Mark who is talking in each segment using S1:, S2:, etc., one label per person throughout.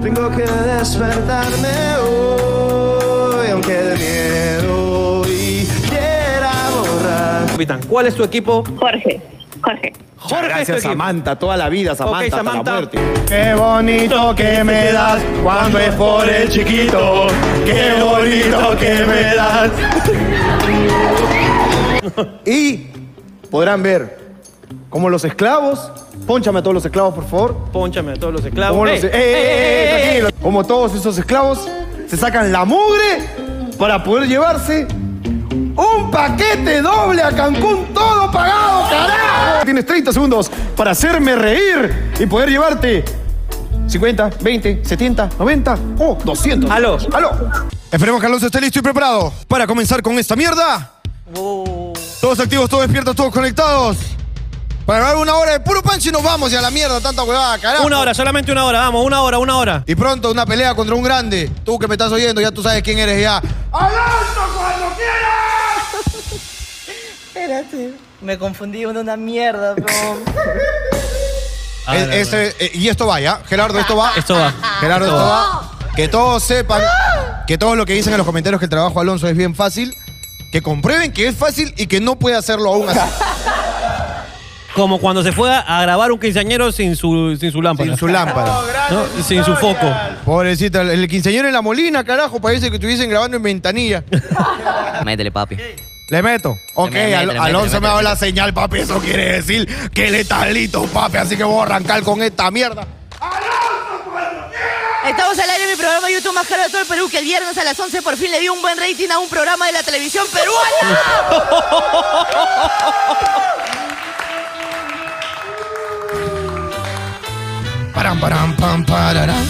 S1: Tengo que despertarme hoy, aunque de miedo y quiera borrar.
S2: Capitán, ¿cuál es tu equipo?
S3: Jorge, Jorge.
S2: Jorge es tu
S4: Gracias,
S2: equipo.
S4: Samantha, toda la vida, este Samantha,
S2: Ok,
S4: hasta
S2: Samantha.
S4: la muerte.
S1: Qué bonito que me das cuando es por el chiquito. Qué bonito que me das.
S4: Y podrán ver cómo los esclavos, ponchame a todos los esclavos, por favor.
S2: Pónchame a todos los esclavos.
S4: Como,
S2: ¡Ey!
S4: los- ¡Eh,
S2: ¡Ey,
S4: eh, eh,
S2: ey, ey,
S4: tranquilo!
S2: ey!
S4: Como todos esos esclavos se sacan la mugre para poder llevarse un paquete doble a Cancún, todo pagado, carajo. Tienes 30 segundos para hacerme reír y poder llevarte 50, 20, 70, 90 o 200.
S2: Aló.
S4: Aló. Esperemos que Alonso esté listo y preparado para comenzar con esta mierda.
S2: Oh.
S4: Todos activos, todos despiertos, todos conectados. Para grabar una hora de puro pancho y nos vamos y a la mierda, tanta huevada, carajo.
S2: Una hora, solamente una hora, vamos, una hora, una hora.
S4: Y pronto una pelea contra un grande. Tú que me estás oyendo, ya tú sabes quién eres ya. E-
S5: Espérate. Me confundí con una mierda, bro.
S2: Ah,
S4: E-
S2: la
S4: ese- eh, y esto va, ¿ya? Gerardo, esto va.
S2: Esto va.
S4: Gerardo, esto va. Que todos sepan, que todo lo que dicen en los comentarios que el trabajo de Alonso es bien fácil, que comprueben que es fácil y que no puede hacerlo aún así.
S2: Como cuando se fue a, a grabar un quinceañero sin su, sin su lámpara.
S4: Sin su lámpara.
S2: ¿no? Sin su foco.
S4: Pobrecita, el- el quinceañero en la molina, carajo, parece que estuviesen grabando en ventanilla.
S6: Métele, papi.
S4: Le meto. Ok,
S6: Le mete,
S4: Al-
S6: le mete,
S4: Alonso
S6: le mete,
S4: me ha dado
S6: le
S4: la señal, papi. Eso quiere decir que él está listo, papi. Así que vamos a arrancar con esta mierda.
S5: Estamos al aire en mi programa de YouTube más caro de todo el Perú, que el viernes a las 11 por fin le dio un buen rating a un programa de la televisión peruana.
S4: Param, param, pam, pararán.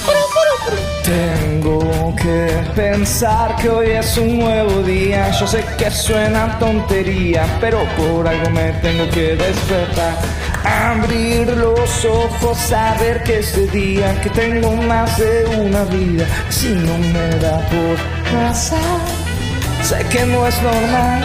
S7: Tengo que pensar que hoy es un nuevo día. Yo sé que suena tontería, pero por algo me tengo que despertar. Abrir los ojos, saber que este día, que tengo más de una vida, si no me da por pasar. Sé que no es normal,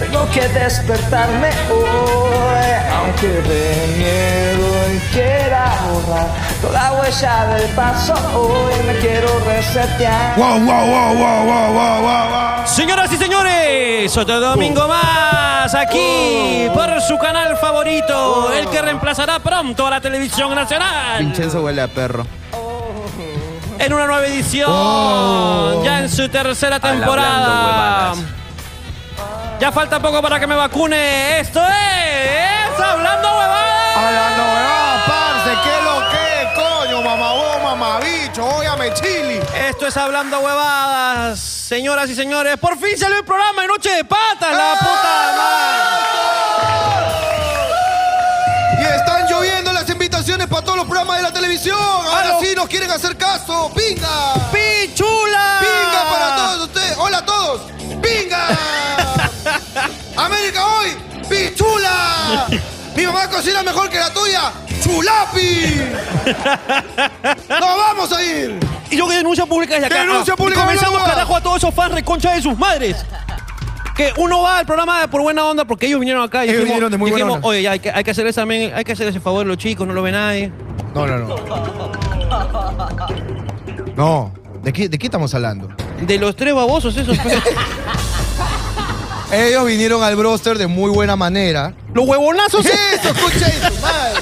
S7: tengo que despertarme hoy, aunque de miedo y quiera borrar toda huella del paso. Hoy me quiero resetear.
S4: Wow, wow, wow, wow, wow, wow, wow, wow.
S2: Señoras y señores, otro
S4: Oh.
S2: domingo más aquí por su canal favorito, el que reemplazará pronto a la televisión nacional
S4: huele a perro.
S2: en una nueva edición, ya en su tercera temporada.
S6: Hablando
S2: Ya falta poco para que me vacune. Esto es Hablando Huevadas.
S4: Hablando, ah, parce, qué lo que, coño, mamá, vos, mamá, bicho, óyame, chili.
S2: Esto es Hablando Huevadas. Señoras y señores, por fin salió el programa de Noche de Patas, la puta madre.
S4: Y están lloviendo las invitaciones para todos los programas de la televisión. Ahora
S2: Aló.
S4: sí nos quieren hacer caso. ¡Pinga!
S2: ¡Pichula!
S4: ¡Pinga para todos ustedes! ¡Hola a todos! ¡Pinga! ¡América hoy! ¡Pichula! ¡Mi mamá cocina mejor que la tuya! ¡Chulapi! ¡Nos vamos a ir!
S2: Y yo que denuncia pública desde acá. Ah,
S4: Denuncia pública,
S2: Y comenzamos,
S4: Blanca.
S2: carajo, a todos esos fans reconcha de sus madres. Que uno va al programa de por buena onda porque ellos vinieron acá y
S4: Ellos
S2: dijimos,
S4: vinieron de muy buena
S2: dijimos,
S4: onda.
S2: oye, ya, hay que, hay que hacer ese, amén, hay que hacer ese favor a los chicos, no lo ve nadie.
S4: No, no, no. No. ¿De qué, ¿De qué estamos hablando?
S2: De los tres babosos esos. pues.
S4: Ellos vinieron al broster de muy buena manera.
S2: los huevonazos.
S4: ¡Eso, escucha eso, madre!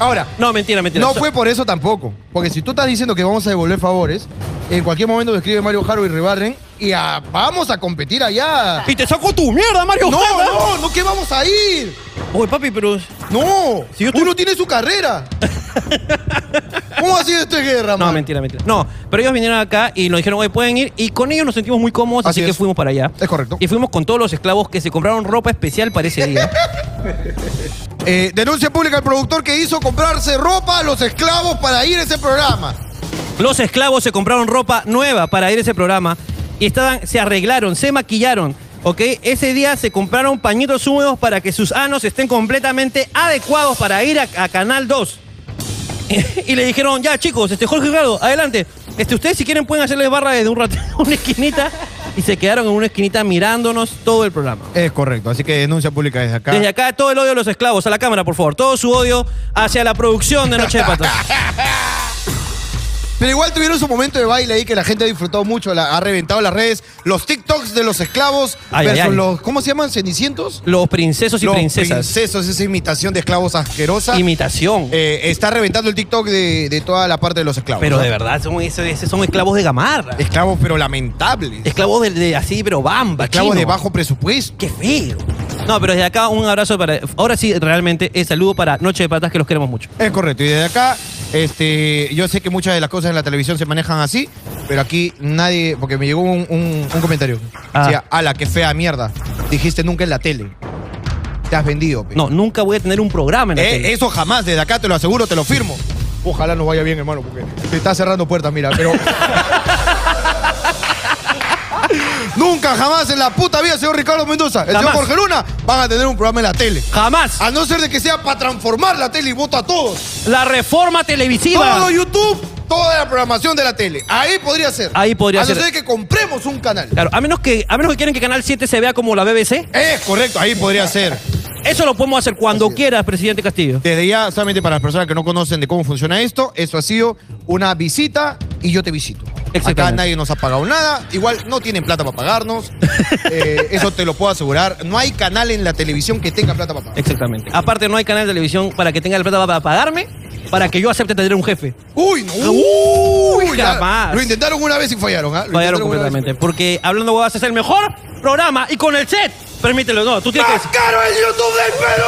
S4: Ahora,
S2: No, mentira, mentira.
S4: No fue por eso tampoco. Porque si tú estás diciendo que vamos a devolver favores, en cualquier momento me escribe Mario Jaro y Rebarren y ah, vamos a competir allá.
S2: Y te saco tu mierda, Mario.
S4: No,
S2: Jara.
S4: no, no, que vamos a ir.
S2: Oye, papi, pero...
S4: No,
S2: Si yo te-
S4: uno tiene su carrera. ¿Cómo ha sido esta guerra,
S2: No,
S4: man?
S2: mentira, mentira. No, pero ellos vinieron acá y nos dijeron, oye, pueden ir. Y con ellos nos sentimos muy cómodos, así,
S4: Así
S2: que
S4: es.
S2: fuimos para allá.
S4: Es correcto.
S2: Y fuimos con todos los esclavos que se compraron ropa especial para ese día.
S4: Eh, denuncia pública al productor que hizo comprarse ropa a los esclavos para ir a ese programa.
S2: Los esclavos se compraron ropa nueva para ir a ese programa y estaban, se arreglaron, se maquillaron. ¿Ok? Ese día se compraron pañitos húmedos para que sus anos estén completamente adecuados para ir a, a Canal 2. y le dijeron, ya chicos, este Jorge Ricardo, adelante. Este, ustedes si quieren pueden hacerles barra desde un rato, una esquinita. Y se quedaron en una esquinita mirándonos todo el programa.
S4: Es correcto, así que denuncia pública desde acá.
S2: Desde acá todo el odio de los esclavos, a la cámara, por favor. Todo su odio hacia la producción de Noche de Patas.
S3: Pero igual tuvieron su momento de baile ahí que la gente ha disfrutado mucho, la- ha reventado las redes. Los TikToks de los esclavos
S2: Ay,
S3: versus
S2: ay, ay.
S3: los. ¿Cómo se llaman? ¿Cenicientos?
S2: Los princesos y
S3: los
S2: princesas.
S3: princesos, esa imitación de esclavos asquerosa.
S2: Imitación.
S3: Eh, está reventando el TikTok de, de toda la parte de los esclavos.
S2: pero
S3: ¿no?
S2: de verdad, son, ese- ese son esclavos de gamarra.
S3: Esclavos, pero lamentables.
S2: Esclavos de, de así, pero bamba.
S3: Esclavos
S2: chino.
S3: de bajo presupuesto.
S2: Qué feo. No, pero desde acá un abrazo para. Ahora sí, realmente, eh, saludo para Noche de Patas, que los queremos mucho.
S3: Es correcto. Y desde acá, este, yo sé que muchas de las cosas en la televisión se manejan así, pero aquí nadie, porque me llegó un, un- un comentario.
S2: Ah.
S3: Decía, ala, qué fea mierda. Dijiste nunca en la tele. Te has vendido. pe".
S2: No, nunca voy a tener un programa en la
S3: Eh,
S2: tele.
S3: eso jamás, desde acá te lo aseguro, te lo firmo. Ojalá nos vaya bien, hermano, porque te está cerrando puertas, mira, pero. Nunca, jamás en la puta vida, señor Ricardo Mendoza, el
S2: Jamás.
S3: señor Jorge Luna, van a tener un programa en la tele.
S2: Jamás.
S3: A no ser de que sea para transformar la tele y voto a todos.
S2: La reforma televisiva.
S3: Todo YouTube, toda la programación de la tele. Ahí podría ser.
S2: Ahí podría
S3: A
S2: ser.
S3: no ser que compremos un canal.
S2: Claro, a menos, que, a menos que quieran que Canal 7 se vea como la BBC.
S3: Es correcto, ahí podría ser.
S2: Eso lo podemos hacer cuando quieras, presidente Castillo.
S3: Desde ya, solamente para las personas que no conocen de cómo funciona esto, eso ha sido una visita y yo te visito.
S2: Exactamente.
S3: Acá nadie nos ha pagado nada, igual no tienen plata para pagarnos, Eh, eso te lo puedo asegurar. No hay canal en la televisión que tenga plata para pagar.
S2: Exactamente. Aparte, no hay canal de televisión para que tenga la plata para pagarme, para que yo acepte tener un jefe.
S3: Uy, no.
S2: Uy,
S3: Uy, ya.
S2: jamás.
S3: Lo intentaron una vez y fallaron, ¿ah? Lo
S2: Fallaron
S3: intentaron una vez y
S2: completamente. Porque hablando huevas es el mejor programa y con el set. Permítelo, no, tú tienes que. decir-
S3: caro el YouTube del Perú!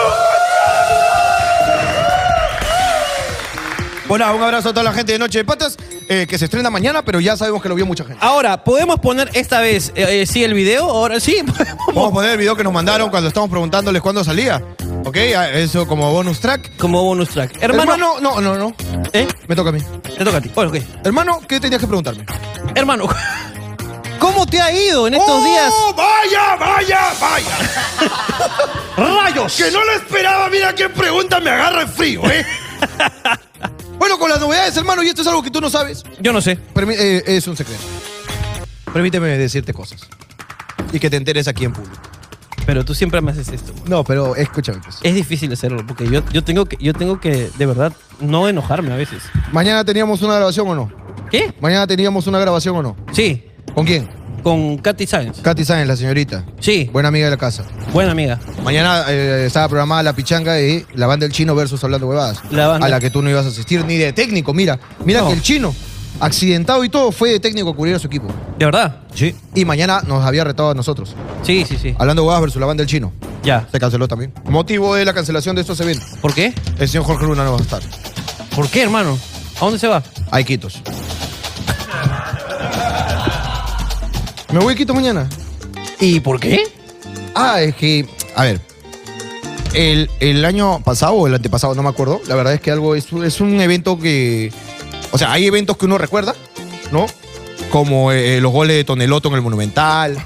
S3: Bueno, un abrazo a toda la gente de Noche de Patas, eh, que se estrena mañana, pero ya sabemos que lo vio mucha gente.
S2: Ahora, ¿podemos poner esta vez eh, eh, sí el video? Ahora sí, podemos.
S3: Vamos a poner el video que nos mandaron cuando estamos preguntándoles cuándo salía. ¿Ok? Ah, Eso como bonus track.
S2: Como bonus track. Hermano,
S3: no, no, no.
S2: ¿Eh?
S3: Me toca a mí.
S2: Te toca a ti. Bueno, ok.
S3: Hermano, ¿qué tenías que preguntarme?
S2: Hermano, ¿cómo te ha ido en estos días?
S3: ¡Oh, vaya, vaya, vaya! ¡Rayos! Que no lo esperaba, mira qué pregunta me agarra el frío, ¿eh? bueno, con las novedades, hermano, y esto es algo que tú no sabes.
S2: Yo no sé.
S3: Permi- eh, es un secreto. Permíteme decirte cosas. Y que te enteres aquí en público.
S2: Pero tú siempre me haces esto. güey.
S3: No, pero escúchame. pues.
S2: Es difícil hacerlo porque yo, yo, tengo que, yo tengo que, de verdad, no enojarme a veces.
S3: ¿Mañana teníamos una grabación o no?
S2: ¿Qué?
S3: ¿Mañana teníamos una grabación o no?
S2: Sí,
S3: ¿Con quién?
S2: con Katy Sáenz.
S3: Katy Sáenz, la señorita.
S2: Sí,
S3: Buena amiga de la casa.
S2: buena amiga.
S3: Mañana eh, estaba programada la pichanga y la banda del chino versus hablando huevadas.
S2: La banda.
S3: A la que tú no ibas a asistir ni de técnico, mira. Mira
S2: No.
S3: que el chino, accidentado y todo, fue de técnico a cubrir a su equipo.
S2: ¿De verdad? Sí.
S3: Y mañana nos había retado a nosotros.
S2: Sí, sí, sí.
S3: Hablando huevadas versus la banda del chino.
S2: Ya.
S3: Se canceló también. Motivo de la cancelación de estos eventos.
S2: ¿Por qué?
S3: El señor Jorge Luna no va a estar.
S2: ¿Por qué, hermano? ¿A dónde se va?
S3: Hay Quitos. ¿Me voy a Quito mañana?
S2: ¿Y por qué?
S3: Ah, es que, a ver, el, el año pasado o el antepasado, no me acuerdo, la verdad es que algo es, es un evento que, o sea, hay eventos que uno recuerda, ¿no? Como eh, los goles de Toneloto en el Monumental,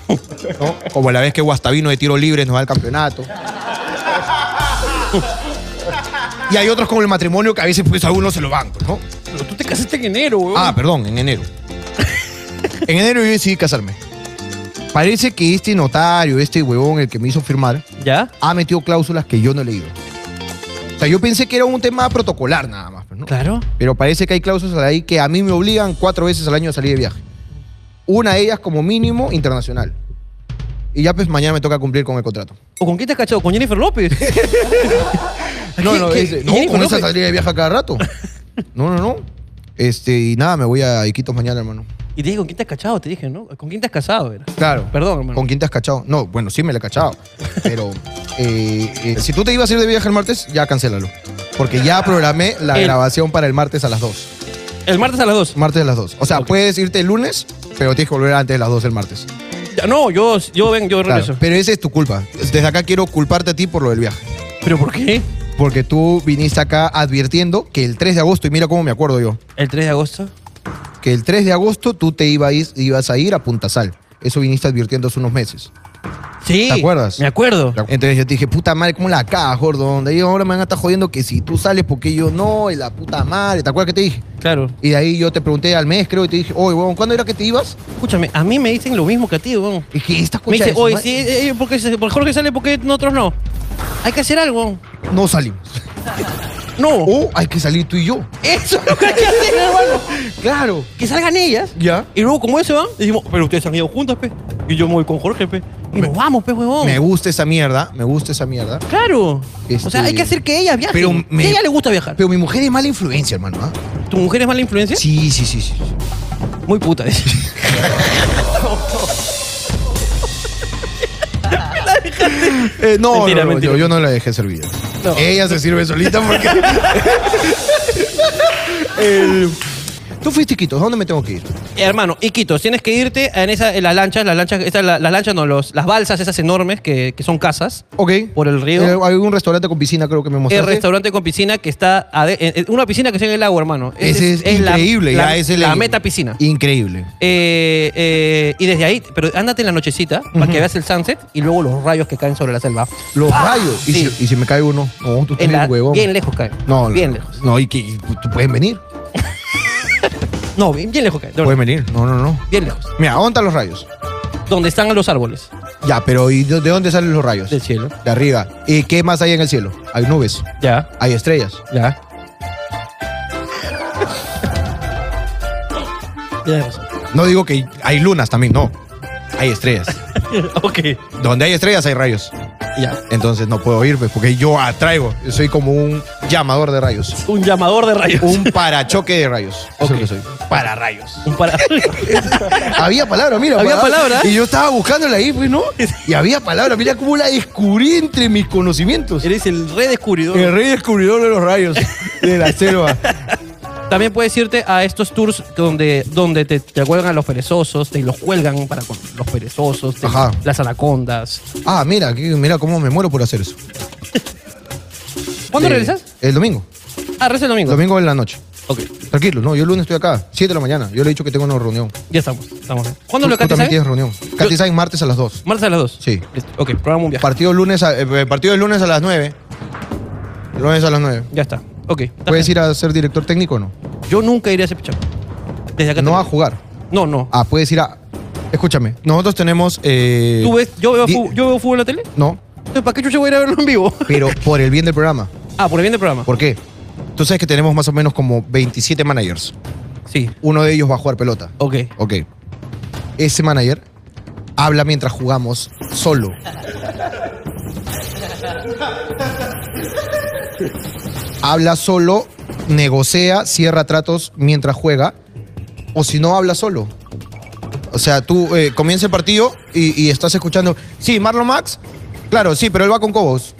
S3: ¿no? Como la vez que Guastavino de tiro libre nos da el campeonato. Y hay otros como el matrimonio que a veces pues a uno se lo van, pues, ¿no?
S2: Pero tú te casaste en enero, weón.
S3: Ah, perdón, en enero. en enero yo decidí casarme. Parece que este notario, este huevón, el que me hizo firmar,
S2: ¿Ya?
S3: ha metido cláusulas que yo no he leído. O sea, yo pensé que era un tema protocolar nada más, pues, ¿no?
S2: Claro.
S3: Pero parece que hay cláusulas ahí que a mí me obligan cuatro veces al año a salir de viaje. Una de ellas como mínimo internacional. Y ya pues mañana me toca cumplir con el contrato.
S2: ¿O con quién te has cachado? ¿Con Jennifer López?
S3: No, no,
S2: ¿Qué-
S3: ese-
S2: qué-
S3: no,
S2: Jennifer
S3: con esa
S2: López?
S3: salida de viaje a cada rato. No, no, no. Este, y nada, me voy a Iquitos mañana, hermano.
S2: Y te dije, ¿con quién te has cachado? Te dije, ¿no? ¿Con quién te has casado? Era.
S3: Claro.
S2: Perdón, hermano.
S3: ¿Con quién te has cachado? No, bueno, sí me la he cachado. Pero eh, eh, si tú te ibas a ir de viaje el martes, ya cancélalo. Porque ya programé la
S2: El-
S3: grabación para el martes a las 2.
S2: El martes a las 2.
S3: Martes a las 2. O sea,
S2: Ok.
S3: puedes irte el lunes, pero tienes que volver antes de las 2 el martes.
S2: Ya, No, yo, yo ven, yo
S3: Claro,
S2: regreso.
S3: Pero esa es tu culpa. Desde acá quiero culparte a ti por lo del viaje.
S2: ¿Pero por qué?
S3: Porque tú viniste acá advirtiendo que el 3 de agosto, y mira cómo me acuerdo yo,
S2: El 3 de agosto.
S3: que el 3 de agosto tú te iba a ir- ibas a ir a Punta Sal. Eso viniste advirtiendo hace unos meses.
S2: Sí.
S3: ¿Te acuerdas?
S2: Me acuerdo.
S3: Entonces yo te dije, puta madre, ¿cómo la cagas, gordo? Donde ellos ahora me van a estar jodiendo que si tú sales, porque yo no? Y la puta madre, ¿te acuerdas que te dije?
S2: Claro.
S3: Y de ahí yo te pregunté al mes, creo, y te dije, oye, huevón, ¿cuándo era que te ibas?
S2: Escúchame, a mí me dicen lo mismo que a ti, weón.
S3: Y dije, esta
S2: Me
S3: concha
S2: dice,
S3: de su
S2: oye,
S3: madre-
S2: sí, eh, eh, ¿por qué se- por Jorge sale, ¿por qué nosotros no? Hay que hacer algo.
S3: No salimos.
S2: No.
S3: O hay que salir tú y yo.
S2: Eso es lo que hay que hacer, hermano.
S3: Claro.
S2: Que salgan ellas.
S3: Ya.
S2: Y luego, como eso, van, decimos, pero ustedes han ido juntas, pe. Y yo me voy con Jorge, pe. Y nos vamos, pe, huevón.
S3: Me gusta esa mierda, me gusta esa mierda.
S2: Claro. O
S3: Este-
S2: sea, hay que hacer que ellas viajen.
S3: Pero
S2: Si
S3: me-
S2: a ella le gusta viajar.
S3: Pero mi mujer es mala influencia, hermano. ¿ah?
S2: ¿Tu mujer es mala influencia?
S3: Sí, sí, sí, sí.
S2: Muy puta. dice.
S3: Eh, no,
S2: Mentira,
S3: no, no,
S2: mentira.
S3: Yo, yo no la dejé servir.
S2: No.
S3: Ella se sirve solita porque. El- Tú fuiste Quito, ¿a dónde me tengo que ir?
S2: Eh, Hermano, Iquitos, tienes que irte en, esa, en las lanchas, las lanchas, esas- la- las lanchas no, los, las balsas esas enormes que, que son casas.
S3: Ok.
S2: Por el río.
S3: Eh, hay un restaurante con piscina, creo que me
S2: El
S3: mostraste.
S2: restaurante con piscina que está. ade- en- en- Una piscina que está en el agua, hermano.
S3: Ese es,
S2: la-
S3: increíble.
S2: La,
S3: ya, ese
S2: la
S3: le-
S2: meta piscina.
S3: Increíble.
S2: Eh, eh, y desde ahí, pero ándate en la nochecita para que veas el sunset y luego los rayos que caen sobre la selva.
S3: Los rayos. ¿Y,
S2: Ah, sí.
S3: si, y si me cae uno. No, tú
S2: En
S3: tienes
S2: la-
S3: huevón.
S2: bien lejos caen.
S3: No,
S2: bien lejos.
S3: No, y que y tú pueden venir.
S2: No, bien, bien lejos caen. de verdad,
S3: Pueden venir. No, no, no.
S2: Bien lejos.
S3: Mira, ¿dónde están los rayos?
S2: Donde están los árboles
S3: Ya, pero ¿y de, de dónde salen los rayos?
S2: del cielo.
S3: De arriba. ¿Y qué más hay en el cielo? Hay nubes,
S2: Ya,
S3: hay estrellas.
S2: ya. Tienes razón.
S3: No digo que hay lunas también, no. Hay estrellas.
S2: ok,
S3: Donde hay estrellas hay rayos.
S2: ya.
S3: Entonces no puedo ir, pues, porque yo atraigo. Yo soy como un llamador de rayos.
S2: Un llamador de rayos.
S3: Un parachoque de rayos. Eso es lo que soy. Para rayos.
S2: Un para-
S3: Había palabra, mira.
S2: Había palabra.
S3: Y yo estaba buscándola ahí, pues, ¿no? Y había palabra. Mira cómo la descubrí entre mis conocimientos.
S2: Eres el redescubridor.
S3: El rey descubridor de los rayos de la selva.
S2: También puedes irte a estos tours donde, donde te, te cuelgan a los perezosos, te los cuelgan para con los perezosos, te-
S3: Ajá.
S2: las anacondas.
S3: Ah, mira, aquí- mira cómo me muero por hacer eso.
S2: ¿Cuándo
S3: Eh,
S2: regresas?
S3: El domingo.
S2: Ah, regresa el domingo.
S3: Domingo en la noche.
S2: Ok,
S3: Tranquilo, no, yo el lunes estoy acá, 7 de la mañana. Yo le he dicho que tengo una reunión.
S2: ya estamos. estamos bien. ¿Cuándo
S3: Tú-
S2: lo
S3: tú también
S2: cantas?
S3: tienes reunión. Katy Sainz, martes a las 2.
S2: Martes a las 2.
S3: Sí.
S2: Listo. Ok, programa un viaje.
S3: Partido lunes a- eh, partido el lunes a las 9. Lunes a las 9.
S2: Ya está. Ok. está
S3: ¿Puedes
S2: bien.
S3: ir a ser director técnico o no?
S2: Yo nunca iré a ese pichón. Desde acá.
S3: No a
S2: también.
S3: jugar.
S2: No, no.
S3: Ah, puedes ir a. Escúchame, nosotros tenemos. eh,
S2: ¿Tú ves? Yo veo,
S3: di-
S2: fútbol, yo veo fútbol en la tele.
S3: No,
S2: Entonces, ¿para qué yo voy a ir a verlo en vivo?
S3: pero por el bien del programa.
S2: Ah, por el bien del programa.
S3: ¿Por qué? Tú sabes que tenemos más o menos como 27 managers.
S2: Sí.
S3: Uno de ellos va a jugar pelota.
S2: Ok.
S3: Ok. Ese manager habla mientras jugamos solo. habla solo, negocia, cierra tratos mientras juega. O si no, habla solo. O sea, tú eh, comienza el partido y, y estás escuchando. Sí, Marlon Max. Claro, sí, pero él va con Cobos.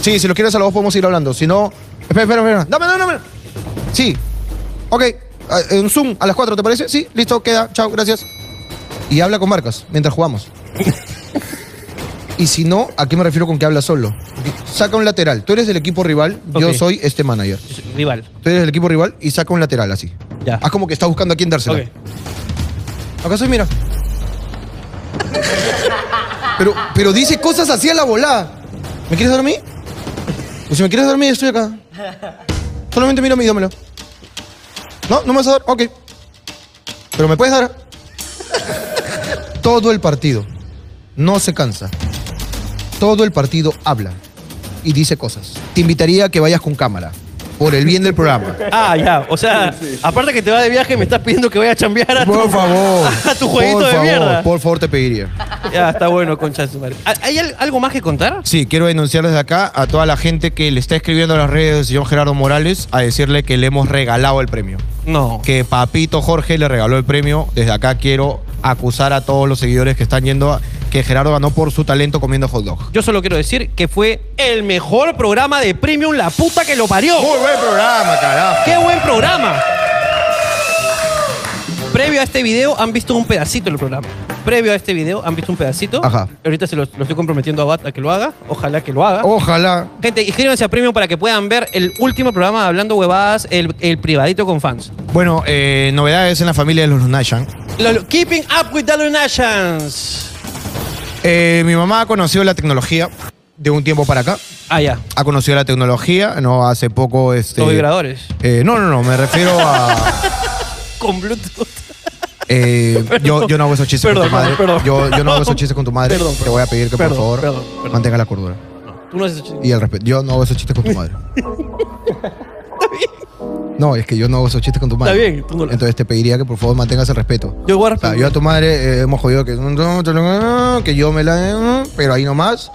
S3: Sí, si lo quieres a los dos podemos ir hablando. Si no. Espera, espera, espera. Dame, dame, dame. Sí, Ok, a- en Zoom a las 4, ¿te parece? Sí, listo, queda, chao, gracias. Y habla con marcas mientras jugamos. y si no, ¿a qué me refiero con que habla solo? Saca un lateral. Tú eres del equipo rival, yo
S2: Ok.
S3: soy este manager.
S2: Rival.
S3: Tú eres del equipo rival y saca un lateral así.
S2: Ya.
S3: Haz como que está buscando a quién dársela.
S2: Ok.
S3: Acá soy, mira. Pero, pero dice cosas así a la volada. ¿Me quieres dar a mí? Pues si me quieres dar a mí, estoy acá. Solamente mírame y dámelo. No, no me vas a dar. Ok. Pero me puedes dar. Todo el partido no se cansa. Todo el partido habla y dice cosas. Te invitaría a que vayas con cámara. Por el bien del programa.
S2: Ah, ya. O sea, aparte que te va de viaje, me estás pidiendo que vaya a chambear a
S3: Por
S2: tu,
S3: favor.
S2: a tu jueguito
S3: por
S2: de
S3: favor,
S2: mierda.
S3: Por favor, te pediría.
S2: Ya, está bueno, concha de su madre. ¿Ah, ¿Hay al- algo más que contar?
S3: Sí, quiero denunciarles de acá a toda la gente que le está escribiendo a las redes del señor Gerardo Morales a decirle que le hemos regalado el premio.
S2: No.
S3: Que Papito Jorge le regaló el premio. Desde acá quiero acusar a todos los seguidores que están yendo a, que Gerardo ganó por su talento comiendo hot dog.
S2: Yo solo quiero decir que fue el mejor programa de Premium, la puta que lo parió.
S3: Muy buen programa, carajo.
S2: ¡Qué buen programa! Previo a este video han visto un pedacito del programa. Previo a este video han visto un pedacito.
S3: Ajá.
S2: Ahorita se lo, lo estoy comprometiendo a Bat a que lo haga. Ojalá que lo haga.
S3: Ojalá.
S2: Gente, inscríbanse a Premium para que puedan ver el último programa de Hablando Huevadas, el, el privadito con fans.
S3: Bueno, eh, novedades en la familia de los Nashan.
S2: Lo- lo- keeping up with the Lunations.
S3: Eh, mi mamá ha conocido la tecnología de un tiempo para acá.
S2: Ah, ya.
S3: Ha conocido la tecnología, no hace poco este.
S2: Los vibradores.
S3: Eh, no, no, no, me refiero a.
S2: Con Bluetooth.
S3: Eh, yo, yo no hago esos chistes
S2: Perdón,
S3: con tu madre.
S2: perdón, perdón.
S3: Yo, yo no hago esos chistes con tu madre.
S2: Perdón,
S3: Te voy a pedir que
S2: perdón,
S3: por favor
S2: perdón, perdón.
S3: mantenga la cordura.
S2: Tú no haces esos chistes.
S3: Y el respeto. Yo no hago esos chistes con tu madre. No, es que yo no hago esos chistes con tu madre.
S2: Está bien, tú no lo-
S3: Entonces te pediría que por favor mantengas el respeto.
S2: Yo igual
S3: O sea,
S2: respeto.
S3: yo a tu madre eh, hemos jodido que, que yo me la. eh, Pero ahí nomás.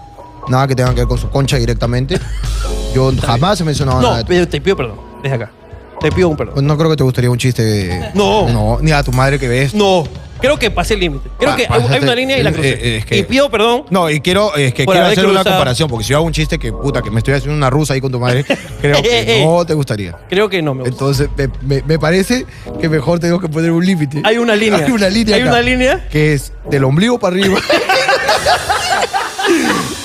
S3: Nada que tenga que ver con su concha directamente. Yo jamás he mencionado nada.
S2: No,
S3: de tu-
S2: pero te pido perdón. Desde acá. Te pido un perdón.
S3: Pues no creo que te gustaría un chiste.
S2: No.
S3: No, ni a tu madre que ves.
S2: No. Creo que pasé el límite. Creo
S3: Pa-
S2: que hay- hay
S3: pasaste-
S2: una línea y la crucé.
S3: eh, eh, es que-
S2: Y pido perdón.
S3: No, y quiero, es que
S2: Por
S3: quiero
S2: haber
S3: hacer una
S2: cruzado.
S3: comparación, porque si yo hago un chiste que puta, que me estoy haciendo una rusa ahí con tu madre, creo
S2: Eh,
S3: que
S2: eh,
S3: no te gustaría.
S2: Creo que no me gusta.
S3: Entonces, me, me- me parece que mejor tengo que poner un límite.
S2: Hay una línea.
S3: Hay una línea.
S2: Hay
S3: acá,
S2: una línea.
S3: Que es del ombligo para arriba.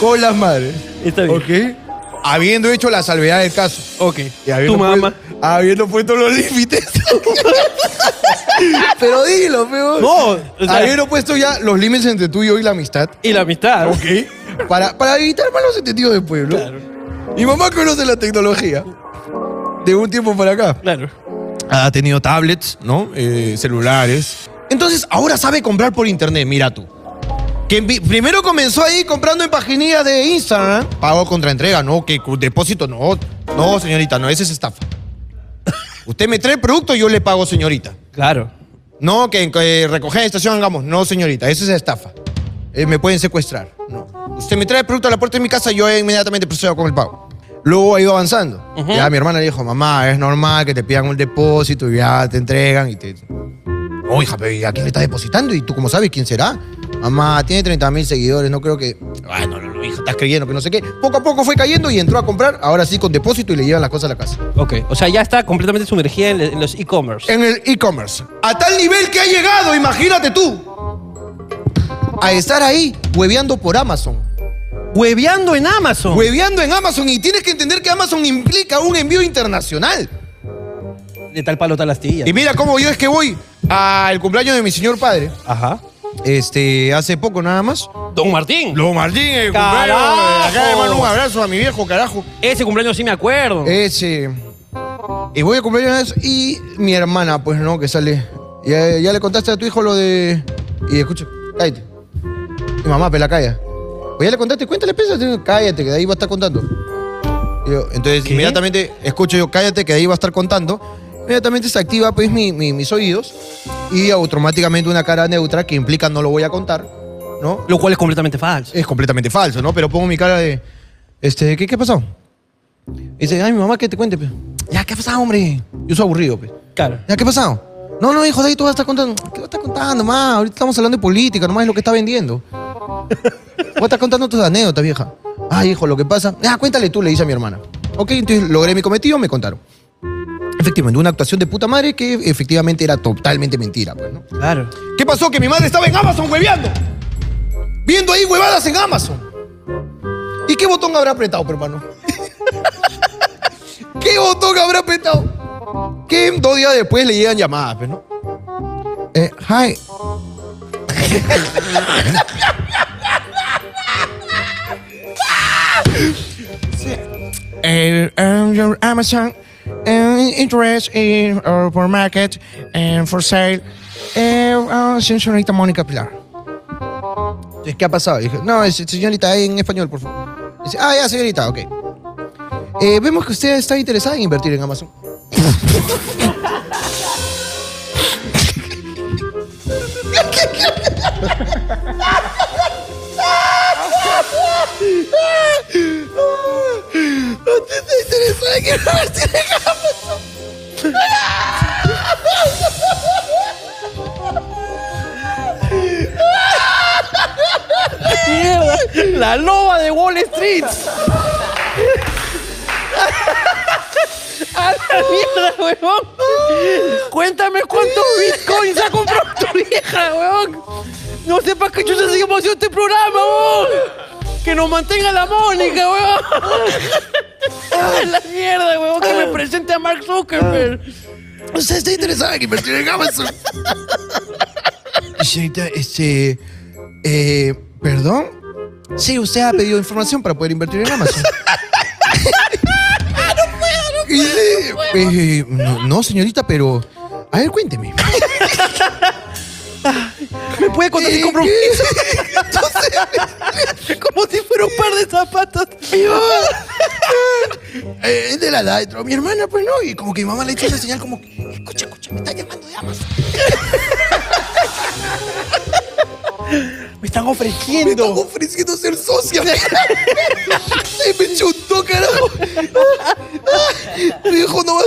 S3: con las madres.
S2: Está bien.
S3: ¿Ok? Habiendo hecho la salvedad del caso.
S2: Ok.
S3: Y habiendo
S2: Tu mamá.
S3: puesto- habiendo puesto los límites. Pero dilo, feo.
S2: No, o sea-
S3: habiendo puesto ya los límites entre tú y yo y la amistad.
S2: Y la amistad.
S3: Ok. Para, para evitar malos entendidos de pueblo.
S2: Claro.
S3: Mi mamá conoce la tecnología. De un tiempo para acá
S2: Claro.
S3: ha tenido tablets, ¿no? Eh, celulares. Entonces, ahora sabe comprar por internet, mira tú. Que vi- primero comenzó ahí comprando en paginillas de Instagram. Pago contra entrega, no, que cu- depósito, no. No, señorita, no, ese es estafa. Usted me trae el producto y yo le pago, señorita.
S2: Claro.
S3: No, que, en- que recoger en estación, hagamos. No, señorita, eso es estafa. Eh, me pueden secuestrar. No. Usted me trae el producto a la puerta de mi casa, yo inmediatamente procedo con el pago. Luego ha ido avanzando. Ya mi hermana le dijo, mamá, es normal que te pidan un depósito y ya te entregan y te... No, hija, pero ¿y a quién le estás depositando? ¿Y tú cómo sabes quién será? Mamá, tiene 30 mil seguidores, no creo que... Ay, no, no, no, hija, estás creyendo que no sé qué. Poco a poco fue cayendo y entró a comprar, ahora sí con depósito y le llevan las cosas a la casa.
S2: Ok. O sea, ya está completamente sumergida en, en los e-commerce.
S3: En el e-commerce. A tal nivel que ha llegado, imagínate tú. A estar ahí, hueveando por Amazon.
S2: Hueveando en Amazon.
S3: Hueveando en Amazon. Y tienes que entender que Amazon implica un envío internacional.
S2: De tal palo, tal astilla.
S3: Y mira cómo yo es que voy al cumpleaños de mi señor padre.
S2: Ajá.
S3: Este, hace poco nada más.
S2: Don Martín.
S3: Lo Martín, el
S2: cumpleaños.
S3: Acá le mando un abrazo a mi viejo, carajo.
S2: Ese cumpleaños sí me acuerdo.
S3: Eh. Ese. Y voy a cumpleaños y mi hermana, pues no, que sale. Ya, ya le contaste a tu hijo lo de. Y escucha, cállate. Mi mamá, pela calla. Pues ya le contaste, cuéntale, pesa. Cállate, que de ahí va a estar contando. Y yo, entonces, inmediatamente escucho yo, cállate, que de ahí va a estar contando. Inmediatamente se activa pues mi- mi- mis oídos y automáticamente una cara neutra que implica no lo voy a contar, ¿no?
S2: Lo cual es completamente falso.
S3: es completamente falso, ¿no? Pero pongo mi cara de, este, ¿qué, qué pasó? Y dice, ay, mi mamá, que te cuente, pe. Ya, ¿qué ha pasado, hombre? Yo soy aburrido, pe.
S2: Claro.
S3: Ya, ¿qué ha pasado? No, no, hijo, de ahí tú vas a estar contando. ¿Qué vas a estar contando, más? Ahorita estamos hablando de política, nomás es lo que está vendiendo. Vos estás contando tus anécdotas, vieja. Ay, hijo, lo que pasa. Ah, cuéntale tú, le dice a mi hermana. Ok, entonces logré mi cometido, me contaron. Efectivamente, una actuación de puta madre que efectivamente era totalmente mentira, pues, ¿no?
S2: Claro.
S3: ¿Qué pasó? Que mi madre estaba en Amazon hueveando. Viendo ahí huevadas en Amazon. ¿Y qué botón habrá apretado, pe, hermano? ¿Qué botón habrá apretado? Que dos días después le llegan llamadas, pues, ¿no? Eh, hi. Eh, um, your Amazon eh, interest in or for market and for sale. Eh, ah, señorita Mónica Pilar. Entonces, ¿Qué ha pasado? Dije, no, es- señorita, en español, por favor. Dice, ah, ya, señorita, ok. Eh, vemos que usted está interesada en invertir en Amazon. Usted está interesada en invertir en Amazon.
S2: La loba de Wall Street. A la mierda, weón. Cuéntame cuántos bitcoins ha comprado tu vieja, weón. No sé para qué chucha seguimos haciendo este programa, weón. Que nos mantenga la Mónica, weón. A la mierda, weón. Que me presente a Mark Zuckerberg.
S3: Usted está interesada en invertir en Amazon. Señorita, este. eh, ¿Perdón? Sí, usted ha pedido información para poder invertir en Amazon. Ah, no puedo, no eh, puedo. no, no, señorita, pero. A ver, cuénteme.
S2: ¿Me puede contar si
S3: Eh,
S2: compro un piso? Como si fuera un par de zapatos.
S8: Eh, es de la edad, de mi hermana, pues no, y como que mi mamá le echa una señal como, escucha, escucha, me están llamando de Amazon.
S2: Me están
S8: Me están
S2: ofreciendo.
S8: ofreciendo ser socia. Se me chuntó, carajo. Me dijo nomás.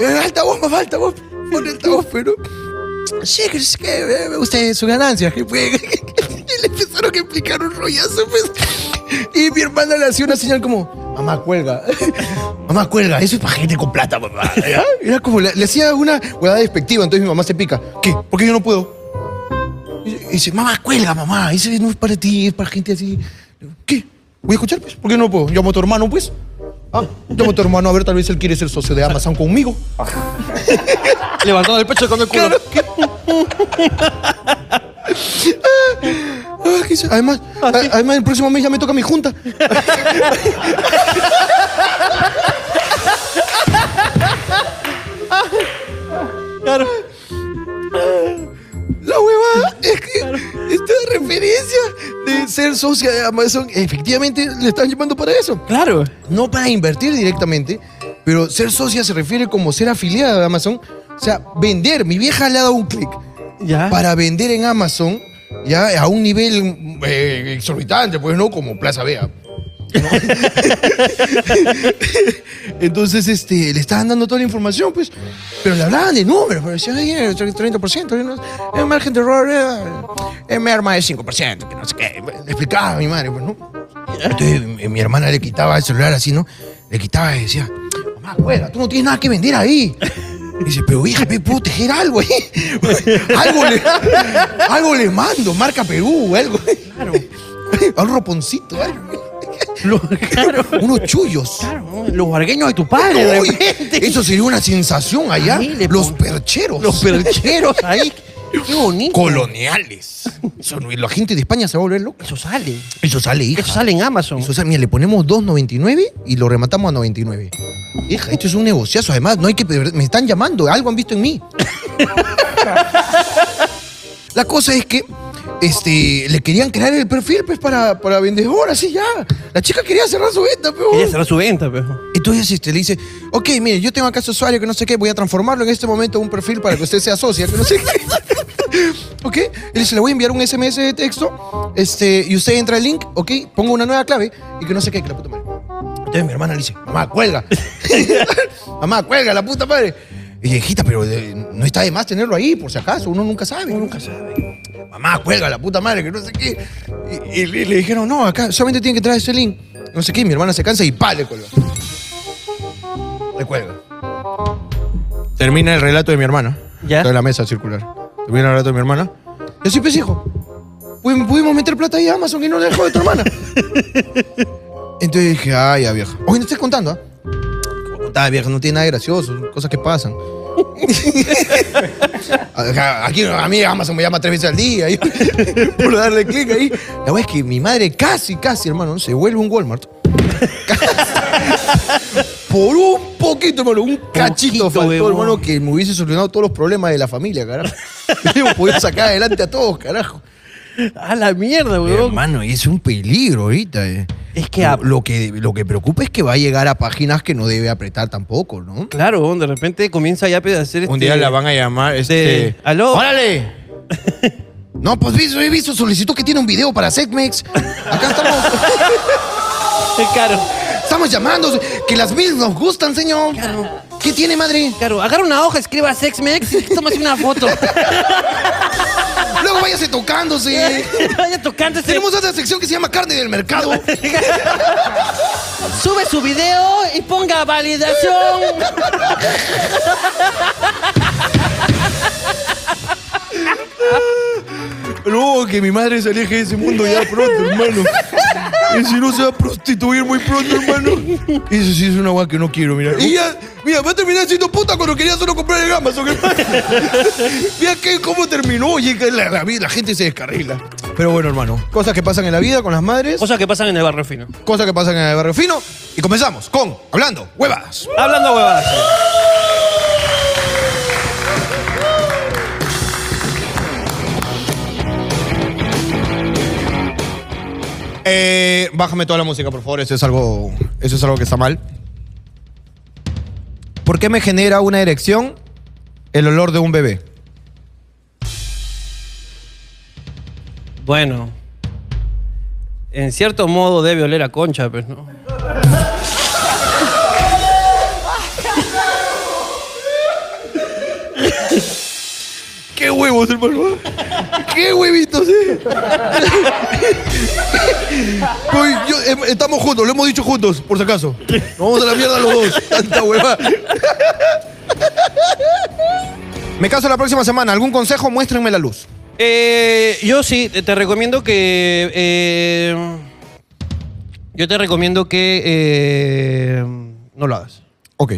S8: Eh, Alta voz, mamá, alta voz. Pon alta voz, pero. Sí, que es que eh, me gusta su ganancia. que fue- Y le empezaron a explicar un rollazo, pues. Y mi hermana le hacía una señal como. Mamá cuelga. Mamá cuelga. Eso es para gente con plata, mamá. ¿Ya?
S3: Era como, le, le hacía una huevada despectiva, entonces mi mamá se pica. ¿Qué? ¿Por qué yo no puedo?
S8: Y dice, mamá, cuelga, mamá. Eso no es para ti, es para gente así.
S3: ¿Qué? ¿Voy a escuchar, pues? ¿Por qué no puedo? Llamo a tu hermano, pues. Ah, llamo a tu hermano, a ver, tal vez él quiere ser socio de Amazon conmigo.
S2: Levantando el pecho con el culo.
S3: Ah, ¿qué sé? Además, a- además, el próximo mes ya me toca mi junta.
S2: Claro.
S8: La huevada es que esta referencia de ser socia de Amazon, efectivamente le están llamando para eso.
S2: Claro.
S3: No para invertir directamente, pero ser socia se refiere como ser afiliada de Amazon. O sea, vender. Mi vieja le ha dado un clic.
S2: Ya.
S3: Para vender en Amazon, ya a un nivel eh, exorbitante, pues no como Plaza Vea. Entonces, este, le estaban dando toda la información, pues. Pero le hablaban de números, pero decían, ay, el 30%, ¿no? el margen de error, eh, me arma de 5%, que no sé qué. Le explicaba a mi madre, pues, ¿no? Entonces, eh, mi, mi hermana le quitaba el celular así, ¿no? Le quitaba y decía, mamá, abuela, tú no tienes nada que vender ahí. Y dice, pero hija, pe, puedo tejer algo ahí. algo, le, algo le mando, marca Perú, algo. Claro. Un roponcito, algo. Unos chullos.
S2: Los bargueños de tu padre, de
S3: Uy,
S2: repente.
S3: eso sería una sensación allá.
S2: Ahí le
S3: los
S2: pon-
S3: percheros.
S2: Los percheros ahí. Qué bonito.
S3: coloniales. Eso, la gente de España se va a volver loca.
S2: Eso sale.
S3: Eso sale, hija.
S2: Eso sale en Amazon.
S3: Eso, o sea, mira, le ponemos 2.99 y lo rematamos a 99. Hija, esto es un negociazo. Además, no hay que perder- Me están llamando. Algo han visto en mí. La cosa es que este, le querían crear el perfil pues, para, para vendedor, así ya. La chica quería cerrar su venta, pues. pero.
S2: Quería cerrar su venta, pero.
S3: Entonces este, le dice, ok, mire, yo tengo acá su usuario que no sé qué, voy a transformarlo en este momento en un perfil para que usted sea socia, que no sé qué. ok, y le dice, le voy a enviar un SMS de texto, este, y usted entra al link, ok, pongo una nueva clave y que no sé qué, que la puta madre. Entonces mi hermana le dice, mamá, cuelga. mamá, cuelga, la puta madre. Y dije, hijita, pero eh, no está de más tenerlo ahí, por si acaso, uno nunca sabe. Uno nunca sabe. Mamá, cuelga, la puta madre, que no sé qué. Y, y le, le dijeron, no, acá solamente tiene que entrar ese link. No sé qué, mi hermana se cansa y pa, le cuelga. Le cuelga. Termina el relato de mi hermana.
S2: Ya.
S3: Está en la mesa circular. Termina el relato de mi hermana. Y así pues, hijo. pudi- Pudimos meter plata ahí a Amazon y no le dejó de tu hermana. Entonces dije, ay, ya vieja. Oye, no estés contando, ¿ah? ¿Qué voy a contar, vieja, no tiene nada de gracioso, son cosas que pasan. Ajá, Aquí a mí Amazon me llama tres veces al día y- por darle clic ahí. La verdad es que mi madre casi, casi, hermano, se vuelve un Walmart. Por un poquito, hermano, un cachito
S2: Poquito,
S3: faltó,
S2: huevón.
S3: hermano, que me hubiese solucionado todos los problemas de la familia, carajo. Hubiéramos podido sacar adelante a todos, carajo.
S2: A la mierda, weón.
S3: Hermano, y es un peligro ahorita. eh.
S2: Es que
S3: lo,
S2: a-
S3: lo que lo que preocupa es que va a llegar a páginas que no debe apretar tampoco, ¿no?
S2: Claro, weón, de repente comienza ya pues, a hacer este...
S3: a llamar.
S2: este, ¿aló?
S3: ¡Órale! No, pues vi- he visto solicitud que tiene un video para Segmex. Acá estamos,
S2: Claro,
S3: estamos llamando. Que las mil nos gustan, señor. ¿Qué tiene, madre?
S2: claro. Agarra una hoja, escriba Sexmex y tómase una foto.
S3: Luego váyase tocándose.
S2: Vaya tocante.
S3: Tenemos otra sección que se llama carne del mercado.
S2: Sube su video y ponga validación.
S3: No, oh, que mi madre se aleje de ese mundo ya pronto, hermano. Y si no se va a prostituir muy pronto, hermano. Eso sí es una guay que no quiero, mira. Y ya, mira, va a terminar siendo puta cuando quería solo comprar el Amazon. mira que, cómo terminó. Oye, que la, la vida- la gente se descarrila. Pero bueno, hermano. Cosas que pasan en la vida con las madres.
S2: Cosas que pasan en el barrio fino.
S3: Cosas que pasan en el barrio fino. Y comenzamos con Hablando Huevadas.
S2: Hablando huevadas.
S3: Eh, bájame toda la música, por favor. Eso es algo, eso es algo que está mal. ¿Por qué me genera una erección el olor de un bebé?
S2: Bueno. En cierto modo debe oler a concha, pero no.
S8: ¡Qué huevos, hermano! ¡Qué huevitos, eh! Uy, yo-
S3: eh,
S8: em- estamos juntos, lo hemos dicho juntos, por si acaso. Nos vamos a la mierda los dos. Tanta hueva.
S3: Me caso la próxima semana. ¿Algún consejo? Muéstrenme la luz.
S2: Eh, yo sí, te te recomiendo que. eh, yo te recomiendo que. eh, no lo hagas.
S3: Ok.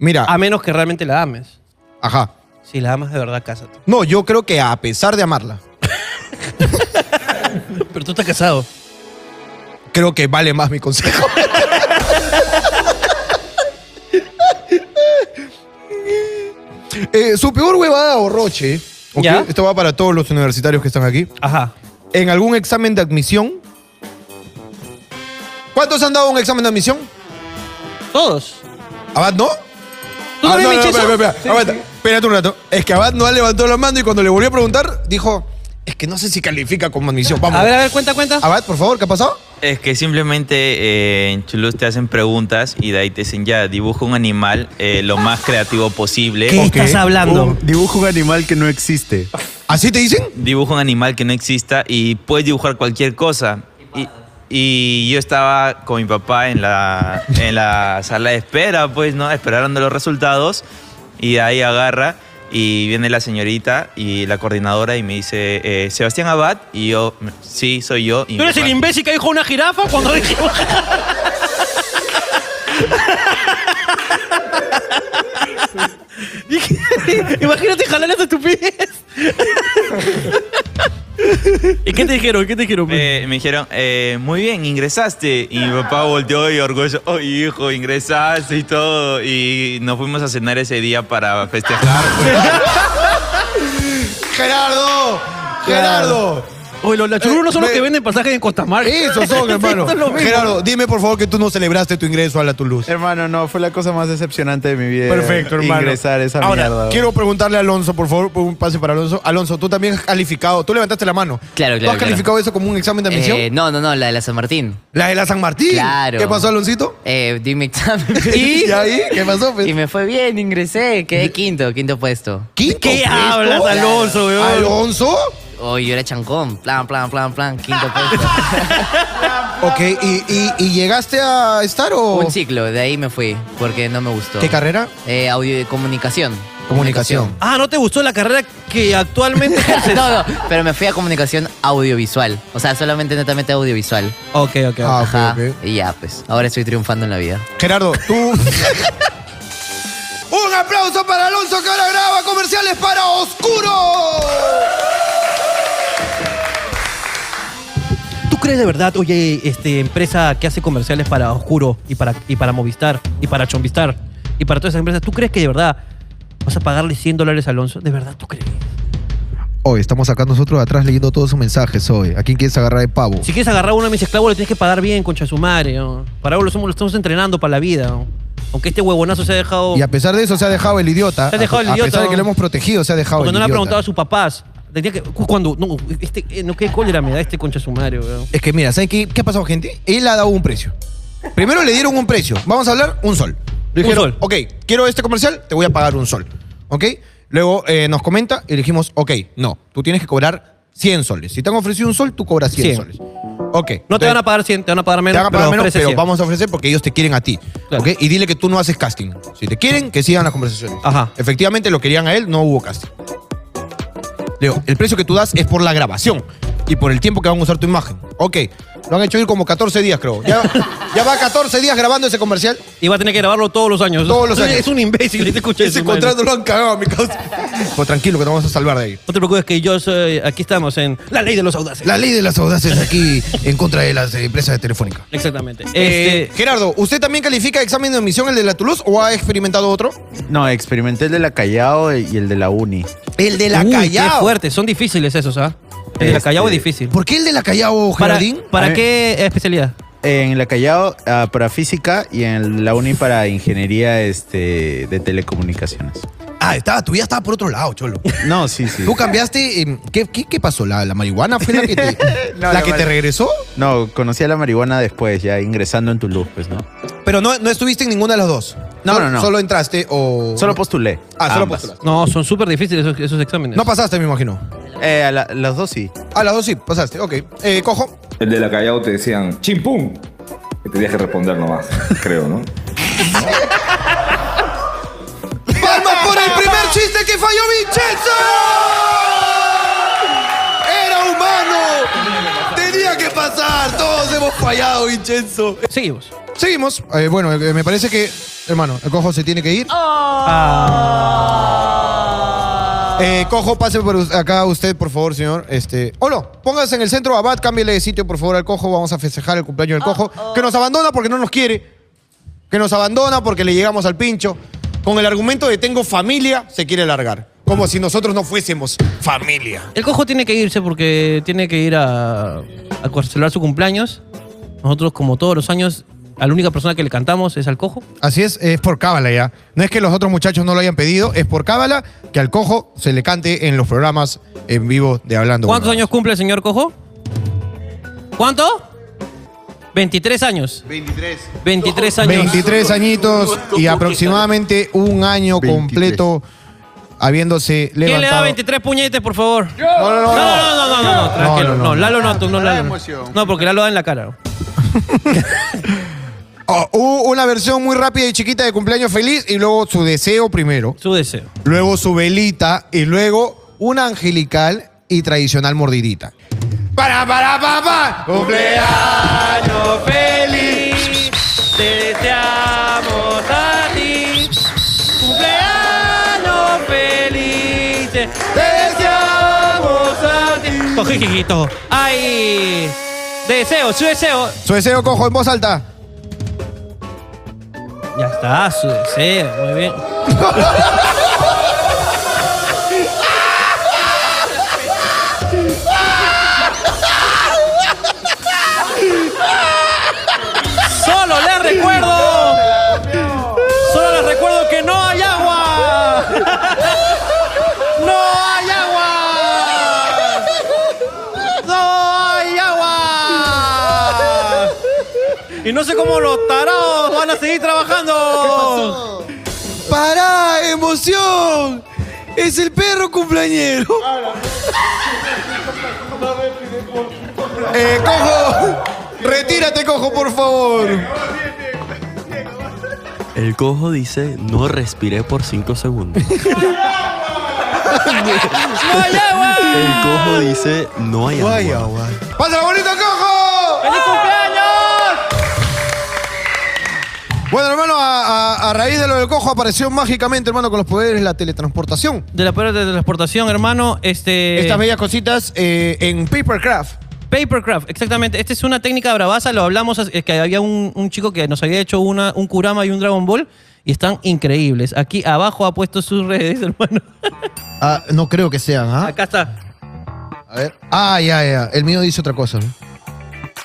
S3: Mira,
S2: A menos que realmente la ames.
S3: ajá.
S2: Si la amas de verdad, cásate.
S3: No, yo creo que a pesar de amarla,
S2: Pero tú estás casado.
S3: creo que vale más mi consejo. Eh, su peor huevada o roche. ¿ok?
S2: Ya.
S3: Esto va para todos los universitarios que están aquí.
S2: Ajá.
S3: En algún examen de admisión. ¿Cuántos han dado un examen de admisión?
S2: Todos.
S3: ¿Abad no? Ah,
S2: ¿Tú también,
S3: no, no,
S2: Michizo?
S3: espera, espera, espera. Aguanta. Espérate un rato. Es que Abad no levantó la mano y cuando le volvió a preguntar, dijo: Es que no sé si califica como admisión. Vamos.
S2: A ver, a ver, cuenta, cuenta.
S3: Abad, por favor, ¿qué ha pasado?
S9: Es que simplemente eh, en Chuluz te hacen preguntas y de ahí te dicen ya, dibuja un animal eh, lo más creativo posible.
S2: ¿Qué estás hablando?
S4: Un- dibujo un animal que no existe.
S3: ¿Así te dicen?
S9: Dibuja un animal que no exista y puedes dibujar cualquier cosa. Y, y yo estaba con mi papá en la, en la sala de espera, pues, ¿no? Esperando los resultados y de ahí agarra y viene la señorita y la coordinadora y me dice, eh, Sebastián Abad, y yo, sí, soy yo.
S2: ¿Tú
S9: Y mi
S2: eres el
S9: papá,
S2: imbécil que dijo una jirafa cuando dijo. Imagínate jalar esa estupidez. ¿Y qué te dijeron? ¿Qué te dijeron? pues?
S9: Eh, me dijeron, eh, muy bien, ingresaste. Y mi papá volteó y orgulloso, oh hijo, ingresaste y todo. Y nos fuimos a cenar ese día para festejar.
S3: Gerardo, Gerardo.
S2: Oye, los lachururos no son los
S3: Eh, me-
S2: que venden pasajes en Costamarca.
S3: Eso son, hermano.
S2: Eso es lo mismo.
S3: Gerardo, dime por favor que tú no celebraste tu ingreso a la Toulouse.
S4: Hermano, no, fue la cosa más decepcionante de mi vida.
S3: Perfecto, hermano.
S4: Ingresar esa
S3: Ahora,
S4: mierda.
S3: quiero preguntarle a Alonso, por favor, por un pase para Alonso. Alonso, tú también has calificado, tú levantaste la mano.
S6: Claro,
S3: ¿Tú
S6: claro,
S3: has
S6: claro.
S3: calificado eso como un examen de admisión?
S6: Eh, no, no, no, la de la San Martín.
S3: la de la San Martín.
S6: Claro.
S3: ¿Qué pasó, Aloncito?
S6: Eh, di mi examen.
S3: ¿Y? ahí? ¿Qué pasó? pues?
S6: Y me fue bien, ingresé, quedé quinto, quinto puesto.
S3: ¿Quinto
S2: ¿Qué
S3: puesto?
S2: hablas, Alonso, weón?
S3: ¿Alonso?
S6: Hoy yo era chancón, plan, plan, plan, plan, quinto puesto.
S3: Ok, ¿y, y, y llegaste a estar o...?
S6: Un ciclo, de ahí me fui, porque no me gustó.
S3: ¿Qué carrera?
S6: Eh, audio comunicación.
S3: Comunicación.
S2: Ah, ¿no te gustó la carrera que actualmente ejerces?
S6: no, no, pero me fui a comunicación audiovisual. O sea, solamente netamente audiovisual.
S2: Ok, ok.
S3: Ah, ok,
S6: Ajá.
S3: ok.
S6: Y ya, pues, ahora estoy triunfando en la vida.
S3: Gerardo, tú. Un aplauso para Alonso que ahora graba comerciales para Oscuro.
S2: ¿Tú crees de verdad, oye, este, empresa que hace comerciales para Oscuro y para, y para Movistar y para Chomvistar y para todas esas empresas, ¿tú crees que de verdad vas a pagarle 100 dólares a Alonso? ¿De verdad tú crees?
S3: Hoy estamos acá nosotros atrás leyendo todos sus mensajes hoy. ¿A quién quieres agarrar de pavo?
S2: Si quieres agarrar a uno de mis esclavos, le tienes que pagar bien, concha su madre. ¿no? Para ahora lo, somos- lo estamos entrenando para la vida. ¿no? Aunque este huevonazo se ha dejado...
S3: Y a pesar de eso se ha dejado el idiota.
S2: Se ha dejado el
S3: a,
S2: idiota,
S3: A pesar de
S2: ¿no?
S3: que lo hemos protegido, se ha dejado
S2: Porque
S3: el
S2: no le ha
S3: idiota.
S2: preguntado a sus papás. Tenía que... Cuando... No, este, eh, no, qué cólera me da este concha su madre, weón.
S3: Es que mira, ¿sabes qué, qué ha pasado, gente? Él ha dado un precio. Primero le dieron un precio. Vamos a hablar, un sol. Le
S2: Un
S3: dijeron,
S2: sol.
S3: ok, quiero este comercial, te voy a pagar un sol. ¿Ok? Luego eh, nos comenta y le dijimos, ok, no, tú tienes que cobrar 100 soles. Si te han ofrecido un sol, tú cobras 100,
S2: Cien.
S3: soles. Ok.
S2: No te
S3: entonces-
S2: van a pagar 100, te van a pagar menos.
S3: te van a pagar
S2: pero
S3: menos,
S2: ofrece
S3: pero
S2: 100.
S3: vamos a ofrecer porque ellos te quieren a ti.
S2: Claro.
S3: ¿ok? Y dile que tú no haces casting. Si te quieren, que sigan las conversaciones.
S2: Ajá.
S3: Efectivamente, lo querían a él, no hubo casting. Leo, el precio que tú das es por la grabación y por el tiempo que van a usar tu imagen. Ok, lo han hecho ir como 14 días, creo. Ya, ya va 14 días grabando ese comercial.
S2: Y va a tener que grabarlo todos los años.
S3: Todos los años.
S2: Es un imbécil este concha de
S3: Ese
S2: su madre.
S3: contrato lo han cagado, mi causa. Pues tranquilo, que te vamos a salvar de ahí.
S2: No te preocupes que yo soy... Aquí estamos en la ley de los audaces.
S3: La ley de las audaces aquí en contra de las eh, empresas de telefónica.
S2: Exactamente.
S3: Eh,
S2: Este,
S3: Gerardo, ¿usted también califica examen de admisión el de la Toulouse o ha experimentado otro?
S4: No, experimenté el de la Callao y el de la Uni.
S3: El de la
S2: Este, uy,
S3: Callao.
S2: Qué fuerte, son difíciles esos, ¿ah? El de la
S9: Este,
S2: Callao es difícil.
S3: ¿Por qué el de la Callao,
S2: ¿Para,
S3: Gerardín?
S9: A
S2: para
S9: mí-
S2: qué especialidad?
S9: En la Callao ah, para física y en la UNI para ingeniería este, de telecomunicaciones.
S3: Ah, estaba, tú ya estaba por otro lado, cholo.
S9: No, sí, sí.
S3: ¿Tú cambiaste? em, ¿qué, qué, qué pasó? ¿La, la marihuana fue la que te,
S9: No,
S3: la
S9: la
S3: que te
S9: mari-
S3: regresó?
S9: No, conocí a la marihuana después, ya ingresando en Tulum, pues, ¿no?
S3: Pero no, no estuviste en ninguna de las dos.
S9: No,
S3: Solo-
S9: no, no.
S3: Solo entraste o.
S9: Solo postulé.
S3: Ah, solo
S9: ambas.
S3: postulaste.
S2: No, son súper difíciles esos, esos exámenes.
S3: No pasaste, me imagino.
S9: Eh, a la- las dos sí.
S3: A las dos sí, pasaste. Ok. Eh, cojo.
S10: El de la Callao te decían chimpum. Que tenías que responder nomás, creo, ¿no?
S3: ¡Palmas por el primer chiste que falló Vincenzo! ¡Era humano! ¡Tenía que pasar! ¡Todos hemos fallado, Vincenzo!
S2: Seguimos.
S3: Seguimos. Eh, bueno, eh, me parece que, hermano, el cojo se tiene que ir. Eh, cojo, pase por us- acá usted, por favor, señor. Este, o no, póngase en el centro Abad, cámbiale de sitio, por favor, al cojo. Vamos a festejar el cumpleaños del cojo. Que nos abandona porque no nos quiere. Que nos abandona porque le llegamos al pincho. Con el argumento de tengo familia, se quiere largar. Como si nosotros no fuésemos familia.
S2: El cojo tiene que irse porque tiene que ir a, a celebrar su cumpleaños. Nosotros, como todos los años, a la única persona que le cantamos es al cojo.
S3: Así es, es por cábala ya. No es que los otros muchachos no lo hayan pedido, es por cábala que al cojo se le cante en los programas en vivo de Hablando.
S2: ¿Cuántos
S3: Huevadas.
S2: años cumple el señor cojo? ¿Cuánto? 23 años. 23. 23 años.
S3: 23 añitos y aproximadamente un año
S9: 23.
S3: completo habiéndose
S2: ¿Quién
S3: levantado.
S2: le da 23 puñetes, por favor?
S3: No, no, no.
S2: No, no,
S3: no.
S2: no, no, no, no, tranquilo.
S3: no,
S2: No,
S3: no, no.
S2: Lalo no, tú no, Lalo. no.
S9: emoción.
S2: No, porque Lalo da en la cara.
S3: Oh, hubo una versión muy rápida y chiquita de cumpleaños feliz y luego su deseo primero,
S2: Su deseo.
S3: luego su velita y luego una angelical y tradicional mordidita. Para, para, para,
S2: Cumpleaños feliz, te deseamos a ti. Cumpleaños feliz, te deseamos a ti. Cojijijito. Ay, deseo, su deseo.
S3: Su deseo cojo en voz alta.
S2: Ya está, su deseo, muy bien. Solo les recuerdo. Solo les recuerdo que no hay agua. No hay agua. No hay agua. Y no sé cómo los tarados van a seguir trabajando.
S3: ¡Pará! ¡Emoción! ¡Es el perro cumpleañero! eh, cojo, retírate, cojo, por favor.
S11: El cojo dice, no respiré por 5 segundos.
S2: ¡No hay
S11: El
S2: agua!
S11: cojo dice, no hay agua.
S3: ¡Pásala bonito, cojo!
S2: ¡Feliz cumpleaños!
S3: Bueno, hermano, a, a- a raíz de lo del cojo apareció mágicamente, hermano, con los poderes la teletransportación.
S2: De la prueba de transportación, hermano, este.
S3: Estas bellas cositas eh, en Papercraft.
S2: Papercraft, exactamente. Esta es una técnica bravaza, lo hablamos, es que había un, un chico que nos había hecho una, un Kurama y un Dragon Ball y están increíbles. Aquí abajo ha puesto sus redes, hermano.
S12: Ah, no creo que sean, ¿ah?
S2: Acá está.
S12: A ver.
S3: Ah, ya, ya. El mío dice otra cosa, ¿no?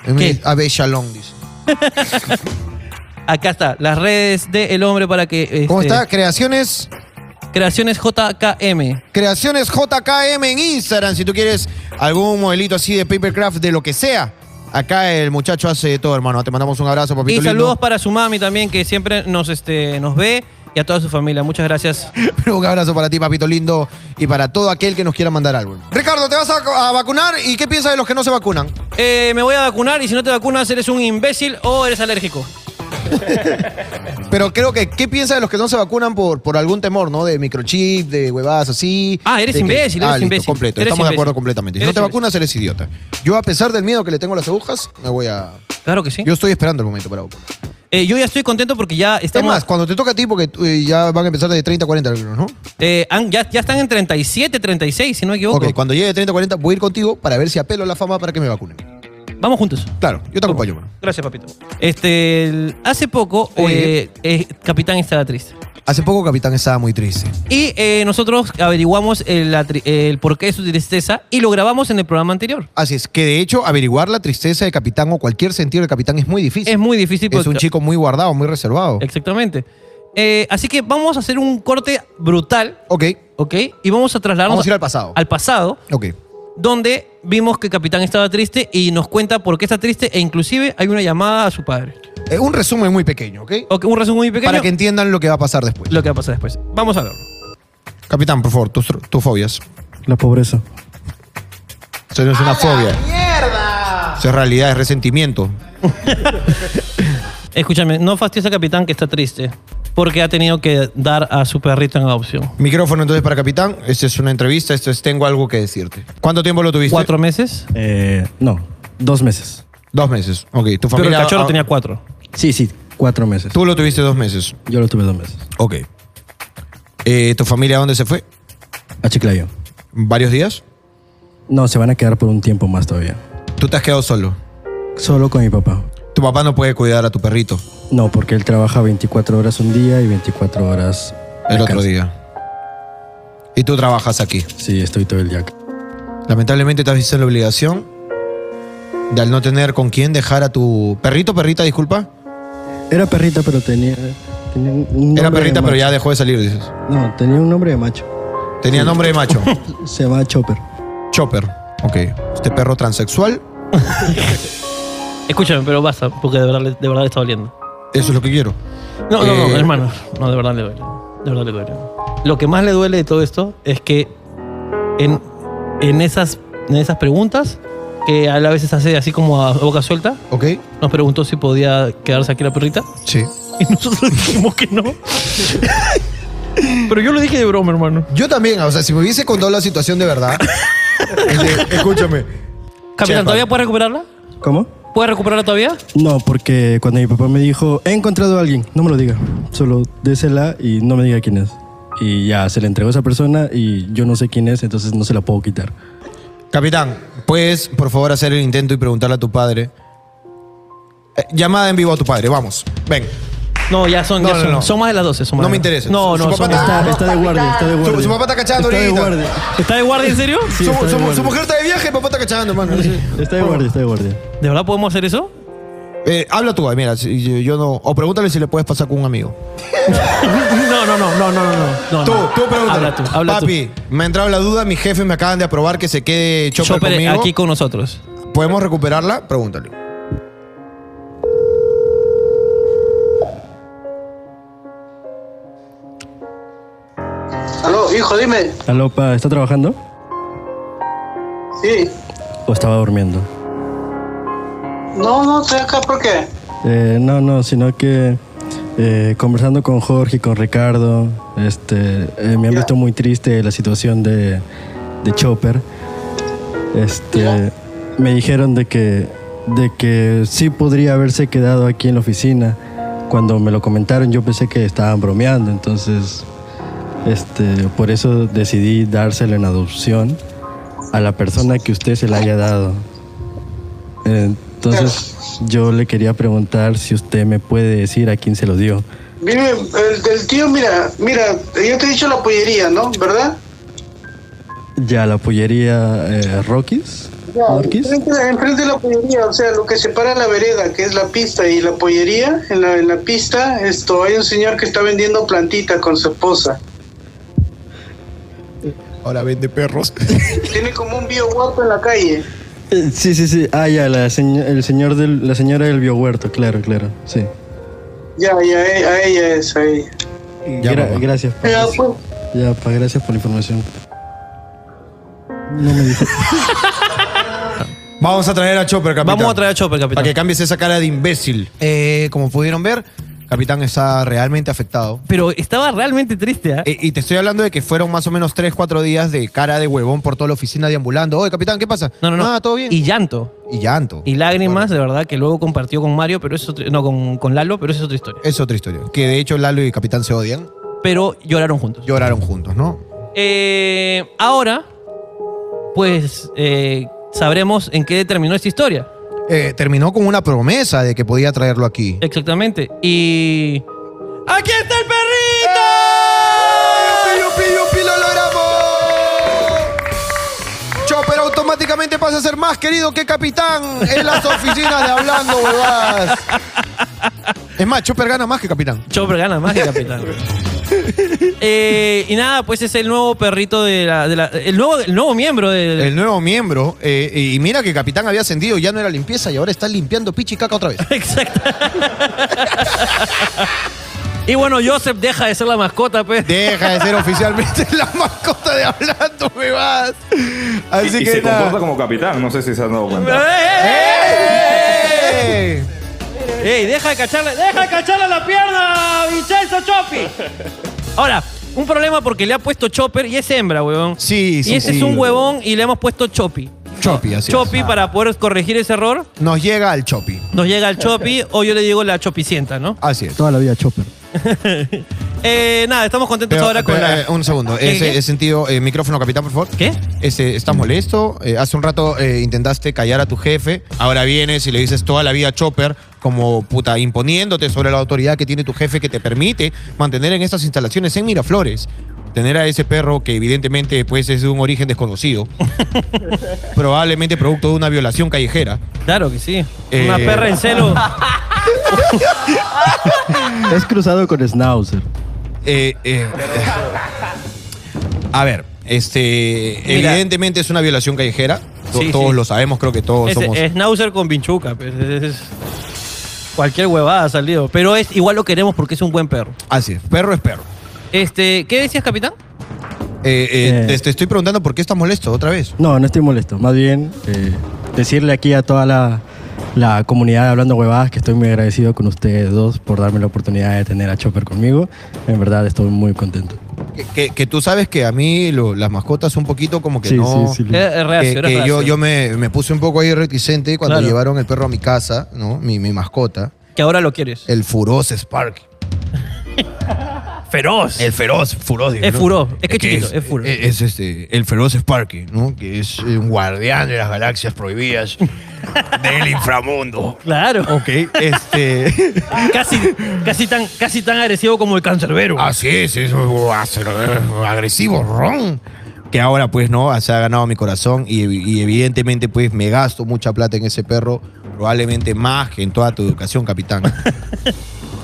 S3: El
S2: ¿Qué? Este.
S3: mío- Abe Shalom dice.
S2: Acá está. Las redes de El Hombre para que.
S3: ¿Cómo
S2: este,
S3: está? Creaciones
S2: Creaciones JKM.
S3: Creaciones JKM en Instagram. Si tú quieres algún modelito así de papercraft, de lo que sea. Acá el muchacho hace de todo, hermano. Te mandamos un abrazo, papito
S2: Y
S3: lindo.
S2: saludos para su mami también, que siempre nos, este, nos ve y a toda su familia. Muchas gracias.
S3: Pero un abrazo para ti, papito lindo. Y para todo aquel que nos quiera mandar algo. Ricardo, ¿te vas a, a vacunar? ¿Y qué piensas de los que no se vacunan?
S2: Eh, me voy a vacunar y si no te vacunas, eres un imbécil o eres alérgico. Ah.
S3: Pero creo que, ¿qué piensas de los que no se vacunan por, por algún temor, no? De microchip, de huevadas así.
S2: Ah, eres
S3: de que-
S2: imbécil, eres
S3: Ah, listo,
S2: imbécil.
S3: completo.
S2: Eres
S3: Estamos de acuerdo
S2: imbécil.
S3: completamente. Si no
S2: Eres
S3: te
S2: imbécil.
S3: vacunas, eres idiota. Yo, a pesar del miedo que le tengo a las agujas, me voy a...
S2: Claro que sí.
S3: Yo estoy esperando el momento para vacunar.
S2: Eh, yo ya estoy contento porque ya
S3: Es
S2: estamos.
S3: más, cuando te toca a ti, porque tú, eh, ya van a empezar de 30 a 40 algunos, ¿no?
S2: Eh, han- ya, ya están en 37, 36, si no me equivoco.
S3: Ok, cuando llegue de 30 a 40 voy a ir contigo para ver si apelo a la fama para que me vacunen.
S2: Vamos juntos.
S3: Claro, yo te acompaño, mano.
S2: Gracias, papito. Este, el- hace poco,
S3: Oye.
S2: eh, eh, Capitán estaba triste.
S3: Hace poco Capitán estaba muy triste.
S2: Y eh, nosotros averiguamos el, la tri- el porqué de su tristeza y lo grabamos en el programa anterior.
S3: Así es, que de hecho averiguar la tristeza de Capitán o cualquier sentido de Capitán es muy difícil.
S2: Es muy difícil.
S3: Es un
S2: porque-
S3: chico muy guardado, muy reservado.
S2: Exactamente. Eh, así que vamos a hacer un corte brutal.
S3: Ok.
S2: Ok. Y vamos a trasladarnos.
S3: Vamos a ir al pasado.
S2: Al pasado,
S3: Ok. Eh,
S2: donde vimos que Capitán estaba triste y nos cuenta por qué está triste e inclusive hay una llamada a su padre.
S3: Eh, un resumen muy pequeño, ¿ok?
S2: Ok, un resumen muy pequeño.
S3: Para que entiendan lo que va a pasar después.
S2: Lo que va a pasar después. Vamos a verlo.
S3: Capitán, por favor, tus, tus fobias.
S13: La pobreza.
S3: Eso no es una fobia. Eso es realidad, es resentimiento.
S2: Escúchame, no fastidies al Capitán que está triste porque ha tenido que dar a su perrito en adopción.
S3: Micrófono entonces para Capitán. Esta es una entrevista, esto es Tengo algo que decirte. ¿Cuánto tiempo lo tuviste?
S2: ¿Cuatro meses?
S13: Eh, no, dos meses.
S3: Dos meses, ok. ¿Tu
S13: Pero el
S3: familia,
S2: ah,
S13: cachorro tenía
S2: cuatro.
S13: Sí, sí, cuatro meses.
S3: ¿Tú lo tuviste dos meses?
S13: Yo lo tuve dos meses.
S3: Ok. Eh, ¿Tu familia a dónde se fue?
S13: A Chiclayo.
S3: ¿Varios días?
S13: No, se van a quedar por un tiempo más todavía.
S3: ¿Tú te has quedado solo?
S13: Solo con mi papá.
S3: Tu papá no puede cuidar a tu perrito
S13: No, porque él trabaja 24 horas un día y 24 horas
S3: el otro día. Y tú trabajas aquí.
S13: Sí, estoy todo el día acá.
S3: Lamentablemente te has visto en la obligación de al no tener con quién dejar a tu perrito, perrita, disculpa.
S13: Era perrita, pero tenía. tenía un nombre
S3: Era
S13: de
S3: perrita, pero
S13: macho.
S3: ya dejó de salir, dices.
S13: No, tenía un nombre de macho.
S3: Tenía nombre de macho.
S13: Se llama Chopper.
S3: Chopper. Ok. Este perro transexual.
S2: Escúchame, pero basta, porque de verdad, le- de verdad le está doliendo.
S3: Eso es lo que quiero.
S2: No, no, no,
S3: Eh,
S2: hermano. No, de verdad le duele. De verdad le duele. Lo que más le duele de todo esto es que en, en, esas, en esas preguntas, que a la veces hace así como a boca suelta,
S3: Ok.
S2: nos preguntó si podía quedarse aquí la perrita.
S3: Sí.
S2: Y nosotros dijimos que no. Pero yo lo dije de broma, hermano.
S3: Yo también, o sea, si me hubiese contado la situación de verdad. este, escúchame.
S2: Capitán,
S13: Chepa.
S2: ¿todavía puedes recuperarla?
S13: ¿Cómo?
S2: ¿Puedes recuperarla todavía?
S13: No, porque cuando mi papá me dijo, he encontrado a alguien, no me lo diga. Solo désela y no me diga quién es. Y ya se la entregó a esa persona y yo no sé quién es, entonces no se la puedo quitar.
S3: Capitán, ¿puedes por favor hacer el intento y preguntarle a tu padre? Eh, llamada en vivo a tu padre, vamos. Ven.
S2: No, ya son,
S3: No,
S2: ya
S3: no,
S2: son,
S3: no.
S2: son más de las 12. Son más
S3: No
S2: de-
S3: me interesa.
S2: No,
S3: Su
S2: no,
S3: Ah, papá
S2: son-
S3: está-
S2: está-
S13: Está de guardia, está de
S3: Su-
S13: guardia.
S3: su papá está cachando
S13: Está de
S3: ahorita.
S13: guardia.
S2: ¿Está de guardia en serio?
S13: Sí,
S3: su,
S13: está de
S3: su- su
S13: guardia.
S3: mujer está de viaje, papá está cachando, hermano.
S13: Está de guardia, está de guardia.
S2: ¿De verdad podemos hacer eso?
S3: Eh, habla tú, ay, mira, si- yo, yo no. O pregúntale si le puedes pasar con un amigo.
S2: No, no, no, no, no, no. no
S3: tú,
S2: no.
S3: tú pregúntale.
S2: Habla tú, habla tú.
S3: Papi, me ha entrado la duda, mis jefes me acaban de aprobar que se quede Chopper,
S2: Chopper
S3: conmigo.
S2: aquí con nosotros.
S3: ¿Podemos recuperarla? Pregúntale.
S14: Aló, hijo, dime.
S13: Aló, pa, ¿está trabajando?
S14: Sí.
S13: ¿O estaba durmiendo?
S14: No, no, estoy acá, ¿por qué?
S13: Eh, no, no, sino que eh, conversando con Jorge y con Ricardo, este, eh, me han visto muy triste la situación de, de Chopper. Este, me dijeron de que, de que sí podría haberse quedado aquí en la oficina. Cuando me lo comentaron, yo pensé que estaban bromeando, entonces, este, por eso decidí dárselo en adopción a la persona que usted se la haya dado. Entonces, yo le quería preguntar si usted me puede decir a quién se lo dio.
S14: Mire, el, el tío, mira, mira, yo te he dicho la pollería, ¿no? ¿Verdad?
S13: Ya, la pollería eh, Rockies.
S14: Ya, enfrente, enfrente de la pollería, o sea, lo que separa la vereda, que es la pista y la pollería, en la, en la pista, esto, hay un señor que está vendiendo plantita con su esposa.
S3: Ahora vende perros.
S14: Tiene como un bio guapo en la calle.
S13: Eh, Sí, sí, sí. Ah, ya, la, señ- el señor del, la señora del biohuerto, claro, claro. Sí.
S14: Ya, ya, eh, a ella es, a ella.
S13: Gra- gracias. pa.
S14: Ya, pues.
S13: Ya, pa, gracias por la información. No me dijo.
S3: Vamos a traer a Chopper, capitán.
S2: Vamos a traer a Chopper, capitán.
S3: Para que cambies esa cara de imbécil. Eh, como pudieron ver, capitán está realmente afectado.
S2: Pero estaba realmente triste, ¿ah?
S3: Eh, y te estoy hablando de que fueron más o menos 3, 4 días de cara de huevón por toda la oficina deambulando. Oye, capitán, ¿qué pasa?
S2: No, no, no.
S3: Nada, Ah, todo bien.
S2: Y llanto.
S3: Y llanto.
S2: Y lágrimas, de verdad, que luego compartió con Mario, pero eso no con, con Lalo, pero eso es otra historia.
S3: Es otra historia. Que de hecho Lalo y capitán se odian.
S2: Pero lloraron juntos.
S3: Lloraron juntos, ¿no?
S2: Eh, ahora, pues eh, sabremos en qué terminó esta historia.
S3: Eh, terminó con una promesa de que podía traerlo aquí.
S2: Exactamente. Y. ¡Aquí está el perrito!
S3: automáticamente pasa a ser más querido que capitán en las oficinas de Hablando Huevadas. Es más, Chopper gana más que capitán.
S2: Chopper gana más que capitán. Eh, y nada, pues es el nuevo perrito de la. de la- el, nuevo, el nuevo miembro del.
S3: El nuevo miembro. eh, y mira que capitán había ascendido, ya no era limpieza y ahora está limpiando pichi y caca otra vez.
S2: Exacto. Y bueno, Joseph deja de ser la mascota, pues.
S3: Deja de ser oficialmente la mascota de Hablando Huevadas. Así
S15: y
S3: que
S15: se
S3: nada.
S15: comporta como capitán, no sé si se han dado cuenta.
S3: ¡Eh!
S2: ¡Ey! ¡Ey! Deja de cacharle, deja de cacharle la pierna, Vincenzo Chopi. Ahora, un problema porque le ha puesto Chopper y es hembra, huevón.
S3: Sí, sí,
S2: Y ese
S3: sí.
S2: es un huevón y le hemos puesto Chopi.
S3: Chopi, así es.
S2: Chopi para poder corregir ese error.
S3: Nos llega al Chopi.
S2: Nos llega el Chopi o yo le digo la Chopicienta, ¿no?
S3: Así es.
S13: Toda la vida Chopper.
S2: Eh, nada, estamos contentos
S3: Pero,
S2: ahora con
S3: pero,
S2: la.
S3: eh, un segundo,
S2: ¿Qué,
S3: ese,
S2: qué?
S3: ese sentido, eh, micrófono capitán, por favor.
S2: ¿Qué?
S3: Ese, ¿Estás molesto? Eh, hace un rato eh, intentaste callar a tu jefe, ahora vienes y le dices toda la vida Chopper, como puta, imponiéndote sobre la autoridad que tiene tu jefe que te permite mantener en estas instalaciones en Miraflores. Tener a ese perro que evidentemente pues, es de un origen desconocido, probablemente producto de una violación callejera.
S2: Claro que sí.
S3: Eh,
S2: Una perra en celo.
S13: Es cruzado con Schnauzer.
S3: Eh, eh, a ver, este,
S2: Mira.
S3: evidentemente es una violación callejera. To-
S2: Sí,
S3: todos
S2: sí.
S3: lo sabemos, creo que todos
S2: Es,
S3: somos.
S2: es Schnauzer con Vinchuca. pues, es- es- cualquier huevada ha salido. Pero es igual lo queremos porque es un buen perro.
S3: Así es, perro es perro.
S2: Este, ¿Qué decías, capitán?
S3: Eh, eh, Te, te estoy preguntando por qué estás molesto otra vez.
S13: No, no estoy molesto. Más bien, eh, decirle aquí a toda la, la comunidad de Hablando Huevadas que estoy muy agradecido con ustedes dos por darme la oportunidad de tener a Chopper conmigo. En verdad, estoy muy contento.
S3: Que, que- que tú sabes que a mí lo- las mascotas un poquito como que
S13: Sí,
S3: no.
S13: sí, sí,
S2: lo- Eh, eh, reacio,
S3: que-
S2: eres
S3: que yo,
S2: reacio.
S3: yo me, me puse un poco ahí reticente cuando
S2: Claro.
S3: llevaron el perro a mi casa, ¿no? Mi, mi mascota,
S2: Que ahora lo quieres.
S3: el Furoz Spark.
S2: Feroz.
S3: El feroz, furoz. digo,
S2: Es
S3: ¿no?
S2: furoz. Es que chiquito,
S3: Es,
S2: es furoz.
S3: es- es este, el feroz Sparky, ¿no? Que es eh, un guardián de las galaxias prohibidas del inframundo.
S2: Claro.
S3: Ok, este.
S2: Casi, casi, tan, casi tan agresivo como el cancerbero.
S3: Así es, es un acer- eh, agresivo, ron. Que ahora, pues, no, se ha ganado mi corazón y, evi- y evidentemente, pues, me gasto mucha plata en ese perro. Probablemente más que en toda tu educación, capitán.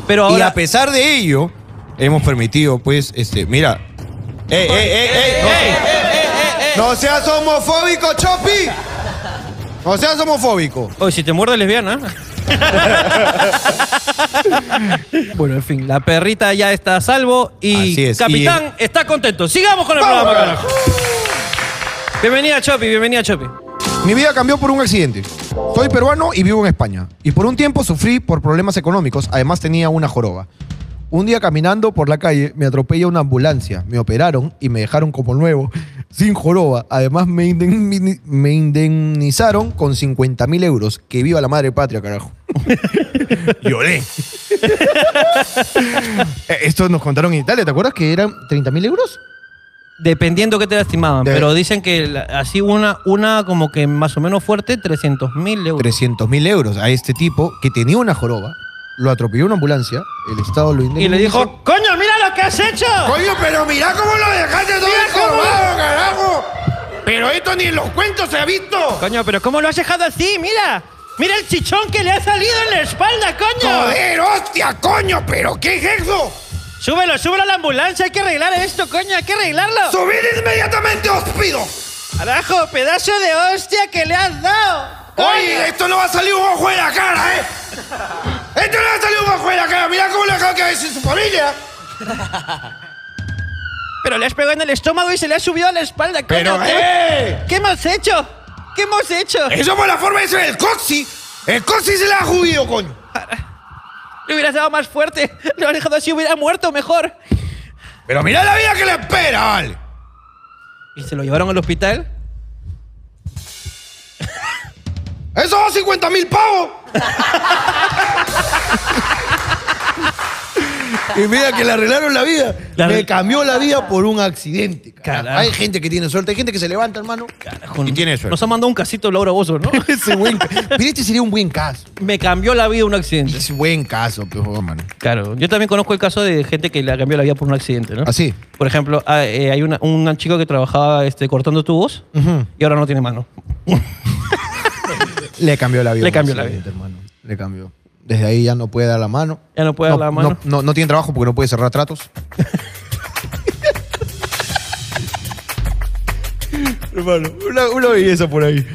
S2: Pero
S3: y a pesar de ello, hemos permitido, pues, este, mira. Eh, ¡Ey, ey, ey, ey! no, ¡No seas homofóbico, Chopi! ¡No seas homofóbico!
S2: Oye, si te muerde ¿eh? lesbiana. bueno, en fin, la perrita ya está a salvo y
S3: Así es,
S2: Capitán está contento. Sigamos con el programa, carajo. Bienvenida, Chopi, bienvenida, Chopi.
S3: Mi vida cambió por un accidente. Soy peruano y vivo en España. Y por un tiempo sufrí por problemas económicos. Además tenía una joroba. Un día caminando por la calle me atropella una ambulancia. Me operaron y me dejaron como nuevo, sin joroba. Además me, inden- me indemnizaron con 50 mil euros. Que viva la madre patria, carajo. Lloré. Eh, Esto nos contaron en Italia. ¿Te acuerdas que eran 30 mil euros?
S2: Dependiendo que te lastimaban,
S3: De-
S2: pero dicen que la- así una, una como que más o menos fuerte, 300 mil euros.
S3: 300 mil euros a este tipo que tenía una joroba. Lo atropelló una ambulancia. El Estado lo indemnizó.
S2: Y le dijo, coño, mira lo que has hecho.
S1: Coño, pero mira cómo lo dejaste todo encorvado, carajo. Pero esto ni en los cuentos se ha visto.
S2: Coño, pero ¿cómo lo has dejado así? Mira. Mira el chichón que le ha salido en la espalda, coño.
S1: Joder, hostia, coño, pero ¿qué es eso?
S2: Súbelo, súbelo a la ambulancia, hay que arreglar esto, coño, hay que arreglarlo.
S1: Subid inmediatamente, os pido.
S2: Carajo, pedazo de hostia que le has dado.
S1: Oye, esto no va a salir un ojo de la cara, ¿eh? Esto no va a salir un ojo de la cara. Mira cómo le ha dejado que sin su familia.
S2: Pero le has pegado en el estómago y se le ha subido a la espalda, coño.
S1: Pero,
S2: ¿Qué,
S1: ¡eh!
S2: ¿Qué hemos hecho? ¿Qué hemos hecho?
S1: Eso por la forma de ser el coxi. El coxi se la ha jubido, coño.
S2: Le hubieras dado más fuerte, le hubieras dejado así, hubiera muerto mejor.
S1: Pero mira la vida que le espera, vale.
S2: ¿Y se lo llevaron al hospital?
S1: Esos son 50 mil pavos.
S3: Y mira que le arreglaron la vida.
S2: La
S3: Le
S2: arregl-
S3: cambió la vida por un accidente. carajo.
S2: Carajo.
S3: Hay gente que tiene suerte, hay gente que se levanta, hermano.
S2: Y
S3: tiene suerte.
S2: Nos ha mandado un casito Laura Bozo, ¿no?
S3: Ese buen ca- Pero este sería un buen caso.
S2: Me cambió la vida un accidente.
S3: Es buen caso, pues, hermano.
S2: Claro, yo también conozco el caso de gente que le cambió la vida por un accidente, ¿no? ah,
S3: Así.
S2: Por ejemplo, ah, eh, hay una- un chico que trabajaba este, cortando tubos y ahora no tiene mano.
S3: Le cambió la vida.
S2: Le cambió la
S3: fácilmente, hermano. Le cambió. Desde ahí ya no puede dar la mano.
S2: Ya no puede dar la mano.
S3: No, no, no tiene trabajo porque no puede cerrar tratos. hermano, una, una belleza por ahí.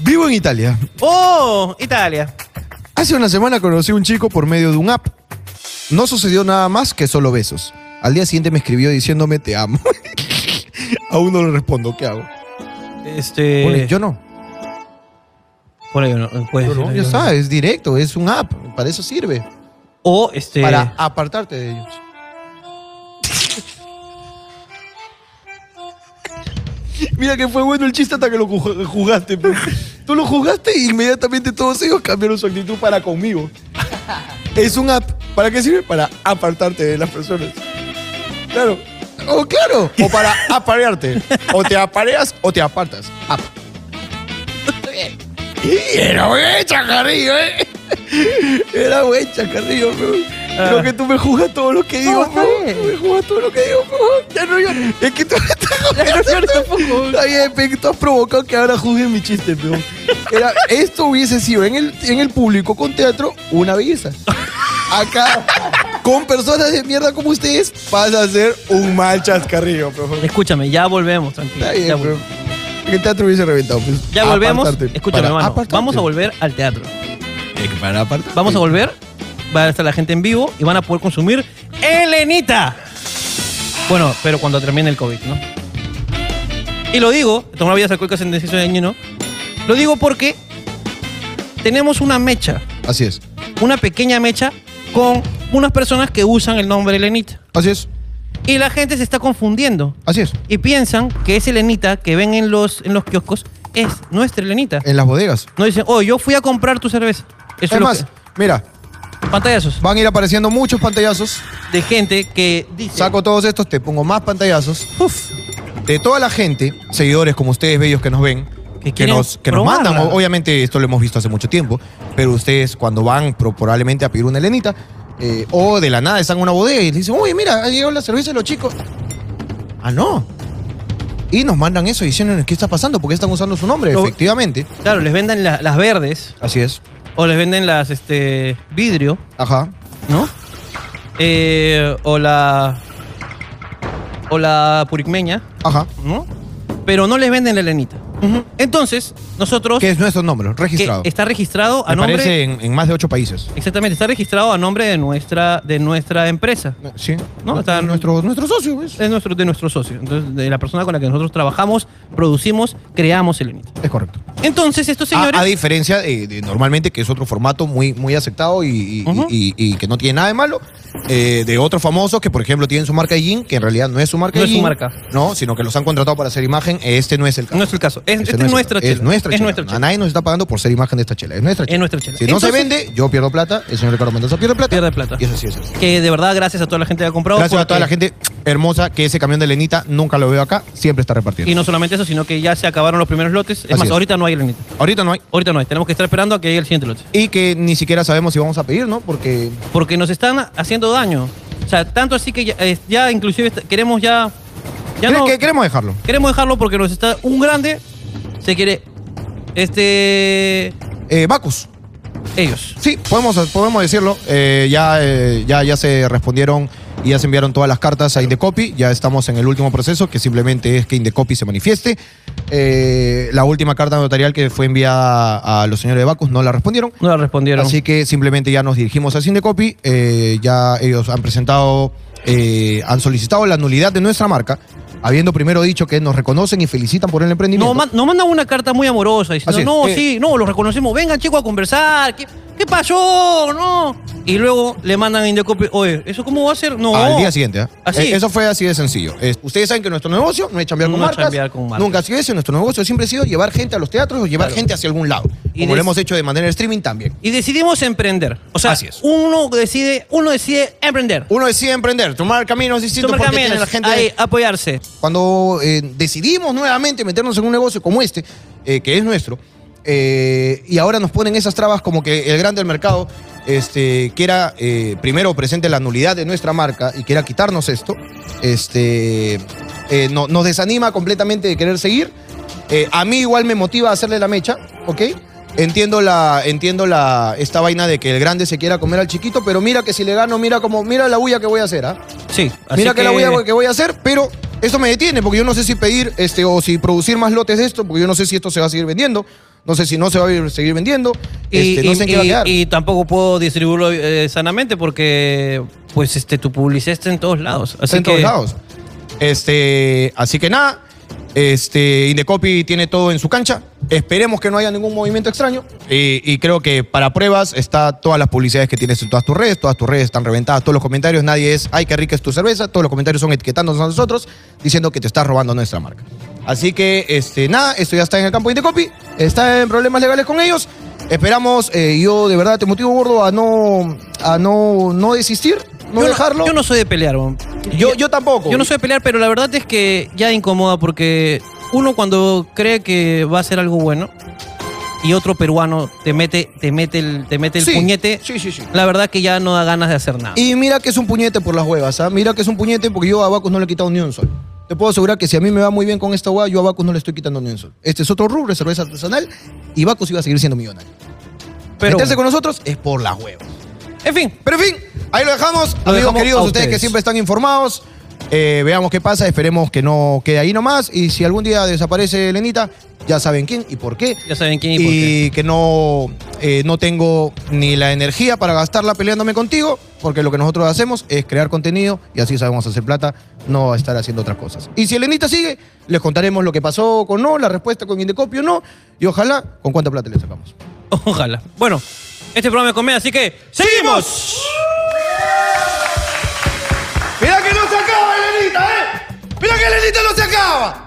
S3: Vivo en Italia.
S2: ¡Oh! Italia.
S3: Hace una semana conocí a un chico por medio de un app. No sucedió nada más que solo besos. Al día siguiente me escribió diciéndome te amo. Aún no le respondo, ¿qué hago?
S2: Este.
S3: Ponle, yo no.
S2: Por ahí no, Pues, puede
S3: Yo
S2: ser,
S3: no,
S2: ahí
S3: ya
S2: no.
S3: está, es directo, es un app. Para eso sirve.
S2: O este.
S3: Para apartarte de ellos. Mira que fue bueno el chiste hasta que lo ju- juzgaste. pe. Tú lo juzgaste e inmediatamente todos ellos cambiaron su actitud para conmigo. Es un app. ¿Para qué sirve? Para apartarte de las personas. Claro. O Oh, claro. O para aparearte. O te apareas o te apartas. Ah. App. Y era buen chacarrillo, ¿eh? Era buen chacarrillo, weón. Creo que tú me juzgas todo lo que digo, weón. Tú me juzgas todo lo que digo, weón. Ya no llores. Es que tú me estás jugando. Está bien, pe, que tú has provocado que ahora juzguen mi chiste, weón. Era, esto hubiese sido en el, en el público con teatro una belleza. Acá, con personas de mierda como ustedes, pasa a ser un mal chascarrillo, weón.
S2: Escúchame, ya volvemos, tranquilo.
S3: Está
S2: ya
S3: bien,
S2: volvemos.
S3: weón. En el teatro hubiese reventado, pues.
S2: Ya volvemos.
S3: Apartarte.
S2: Escúchame,
S3: Para
S2: hermano.
S3: apartarte. Eh,
S2: Vamos a volver al teatro.
S3: Para apartarte.
S2: Vamos a volver. Va a estar la gente en vivo y van a poder consumir Elenita. Bueno, pero cuando termine el COVID, ¿no? Y lo digo, tomar bebidas alcohólicas en exceso de año, ¿no? Lo digo porque tenemos una mecha,
S3: Así es.
S2: una pequeña mecha con unas personas que usan el nombre Elenita.
S3: Así es.
S2: Y la gente se está confundiendo.
S3: Así es.
S2: Y piensan que esa Elenita que ven en los, en los kioscos es nuestra Elenita.
S3: En las bodegas.
S2: No dicen, oh, yo fui a comprar tu cerveza. Eso
S3: es
S2: lo
S3: más,
S2: que-
S3: mira,
S2: Pantallazos.
S3: van a ir apareciendo muchos pantallazos.
S2: De gente que dice.
S3: Saco todos estos, te pongo más pantallazos. Uf. De toda la gente, seguidores como ustedes, bellos que nos ven, que,
S2: quieren
S3: nos, que nos
S2: probarla.
S3: mandan. O- Obviamente, esto lo hemos visto hace mucho tiempo, pero ustedes, cuando van pro- probablemente a pedir una helenita, eh, o de la nada están en una bodega y dicen, uy, mira, ha llegado la cerveza de los chicos. Ah, no. Y nos mandan eso diciéndonos qué está pasando, porque están usando su nombre,
S2: Lo-
S3: efectivamente.
S2: Claro, les venden la- las verdes
S3: Así es.
S2: o les venden las este vidrio,
S3: Ajá.
S2: ¿no? Eh, o la o la puricmeña,
S3: Ajá.
S2: ¿no? Pero no les venden la lenita. Entonces, nosotros
S3: Que es nuestro nombre, registrado.
S2: que está registrado a nombre
S3: Aparece en, en más de ocho países.
S2: Exactamente, está registrado a nombre de nuestra de nuestra empresa.
S3: Sí.
S2: ¿No? Está
S3: nuestro, nuestro socio. Es.
S2: nuestro, de nuestro socio. Entonces, de la persona con la que nosotros trabajamos, producimos, creamos el lenita.
S3: Es correcto.
S2: Entonces, estos
S3: A-
S2: señores.
S3: A, diferencia de, de normalmente, que es otro formato muy, muy aceptado y, y- y- y que no tiene nada de malo, eh, de otros famosos que, por ejemplo, tienen su marca de jean, que en realidad no es su
S2: No
S3: marca de
S2: es su
S3: jean,
S2: marca.
S3: No, sino que los han contratado para hacer imagen. Este no es el caso.
S2: No es el caso. Es,
S3: Este
S2: esta
S3: no
S2: es
S3: el
S2: nuestra
S3: caso.
S2: chela.
S3: Es nuestra
S2: Es
S3: chela.
S2: nuestra chela.
S3: A nadie nos está pagando por ser imagen de esta chela. Es nuestra chela.
S2: Es nuestra chela.
S3: Si no se
S2: Entonces-
S3: vende, yo pierdo plata, el señor de Carpentaza pierde plata.
S2: Pierde plata.
S3: Y eso sí es así.
S2: Que de verdad, gracias a toda la gente que ha comprado.
S3: Gracias a
S2: porque-
S3: toda la gente hermosa que ese camión de Lenita nunca lo veo acá, siempre está repartiendo.
S2: Y no solamente eso, sino que ya se acabaron los primeros lotes. Es
S3: Así
S2: más,
S3: es.
S2: ahorita no hay lenita.
S3: Ahorita no hay.
S2: Ahorita no hay. Tenemos que estar esperando a que llegue el siguiente lote.
S3: Y que ni siquiera sabemos si vamos a pedir, ¿no? Porque
S2: Porque nos están haciendo daño. O sea, tanto así que ya, eh, ya inclusive est- queremos ya. ya
S3: Cre-
S2: no,
S3: que queremos dejarlo.
S2: queremos dejarlo porque nos está. Un grande se quiere. Este.
S3: Eh, Bacus.
S2: Ellos.
S3: Sí, podemos, podemos decirlo. Eh, ya, eh, ya, ya se respondieron y ya se enviaron todas las cartas a Indecopy. Ya estamos en el último proceso, que simplemente es que Indecopy se manifieste. Eh, la última carta notarial que fue enviada a los señores de Bacus no la respondieron.
S2: No la respondieron.
S3: Así que simplemente ya nos dirigimos a Indecopy. Eh, ya ellos han presentado, eh, han solicitado la nulidad de nuestra marca, habiendo primero dicho que nos reconocen y felicitan por el emprendimiento.
S2: No, man- nos mandan una carta muy amorosa
S3: Así
S2: diciendo,
S3: es.
S2: no,
S3: Eh.
S2: sí, no, los reconocemos, vengan chicos a conversar, ¿qué, qué pasó? No. Y luego le mandan a Indecopy, oye, ¿eso cómo va a ser? No.
S3: Al día siguiente, ¿ah?
S2: Así.
S3: Eh, Eso fue así de sencillo. Eh, ustedes saben que nuestro negocio no es chambear con,
S2: No es
S3: marcas,
S2: chambear con marcas.
S3: Nunca ha sido ese. Nuestro negocio siempre ha sido llevar gente a los teatros o llevar gente hacia algún lado.
S2: Y
S3: como
S2: des-
S3: lo hemos hecho de manera de streaming también.
S2: Y decidimos emprender. O sea,
S3: Así es.
S2: uno decide, uno decide emprender.
S3: Uno decide emprender, tomar caminos distintos
S2: Tomar
S3: porque tiene
S2: caminos,
S3: la gente
S2: ahí, apoyarse.
S3: Cuando eh, decidimos nuevamente meternos en un negocio como este, eh, que es nuestro, eh, y ahora nos ponen esas trabas como que el grande del mercado este, quiera eh, primero presente la nulidad de nuestra marca y quiera quitarnos esto, este, eh, no- nos desanima completamente de querer seguir. Eh, a mí igual me motiva a hacerle la mecha, ¿ok? Entiendo la, entiendo la, esta vaina de que el grande se quiera comer al chiquito, pero mira que si le gano, mira como, mira la bulla que voy a hacer, ¿ah?
S2: Sí, así
S3: Mira que, la voy a, que voy a hacer, pero esto me detiene porque yo no sé si pedir este, o si producir más lotes de esto, porque yo no sé si esto se va a seguir vendiendo. No sé si no se va a seguir vendiendo.
S2: Y,
S3: este, no
S2: y-
S3: sé en qué va a
S2: y-
S3: quedar.
S2: y tampoco puedo distribuirlo eh, sanamente porque pues este tu publicidad está en todos lados. Así
S3: Está en
S2: que-
S3: todos lados. Este, así que nada, este, Indecopi tiene todo en su cancha. Esperemos que no haya ningún movimiento extraño. Y, y creo que para pruebas está todas las publicidades que tienes en todas tus redes. Todas tus redes están reventadas, todos los comentarios. Nadie es, ay, qué rica es tu cerveza. Todos los comentarios son etiquetándonos a nosotros diciendo que te estás robando nuestra marca. Así que, este, nada, esto ya está en el campo de Indecopi. Está en problemas legales con ellos. Esperamos, eh, yo de verdad te motivo, gordo, a no, a no, no desistir, no
S2: yo
S3: dejarlo.
S2: No, yo no soy de pelear, weón.
S3: Yo, yo tampoco.
S2: Yo no soy de pelear, pero la verdad es que ya incomoda porque uno cuando cree que va a ser algo bueno y otro peruano te mete, te mete el, te mete el
S3: Sí,
S2: puñete, la verdad que ya no da ganas de hacer nada.
S3: Y mira que es un puñete por las huevas, ¿ah? Mira que es un puñete porque yo a Abacus no le he quitado ni un sol. Te puedo asegurar que si a mí me va muy bien con esta hueá, yo a Abacus no le estoy quitando ni un sol. Este es otro rubro, es cerveza artesanal, y Bacus iba a seguir siendo millonario.
S2: Pero
S3: Pero
S2: bueno.
S3: con nosotros es por las huevas.
S2: En fin.
S3: Pero en fin, ahí lo dejamos.
S2: Lo
S3: Amigos
S2: dejamos
S3: queridos,
S2: a
S3: ustedes. que
S2: ustedes.
S3: siempre están informados, eh, veamos qué pasa, esperemos que no quede ahí nomás. Y si algún día desaparece Lenita, ya saben quién y por qué.
S2: Ya saben quién y,
S3: y,
S2: por qué.
S3: que no, eh, no tengo ni la energía para gastarla peleándome contigo, porque lo que nosotros hacemos es crear contenido y así sabemos hacer plata, no estar haciendo otras cosas. Y si Elenita sigue, les contaremos lo que pasó con no, la respuesta con Indecopio no, y ojalá con cuánta plata le sacamos.
S2: Ojalá. Bueno, este programa es comedia, así que ¡seguimos!
S4: ¡Mira que no se acaba, Elenita, eh! ¡Mira que Elenita no se acaba!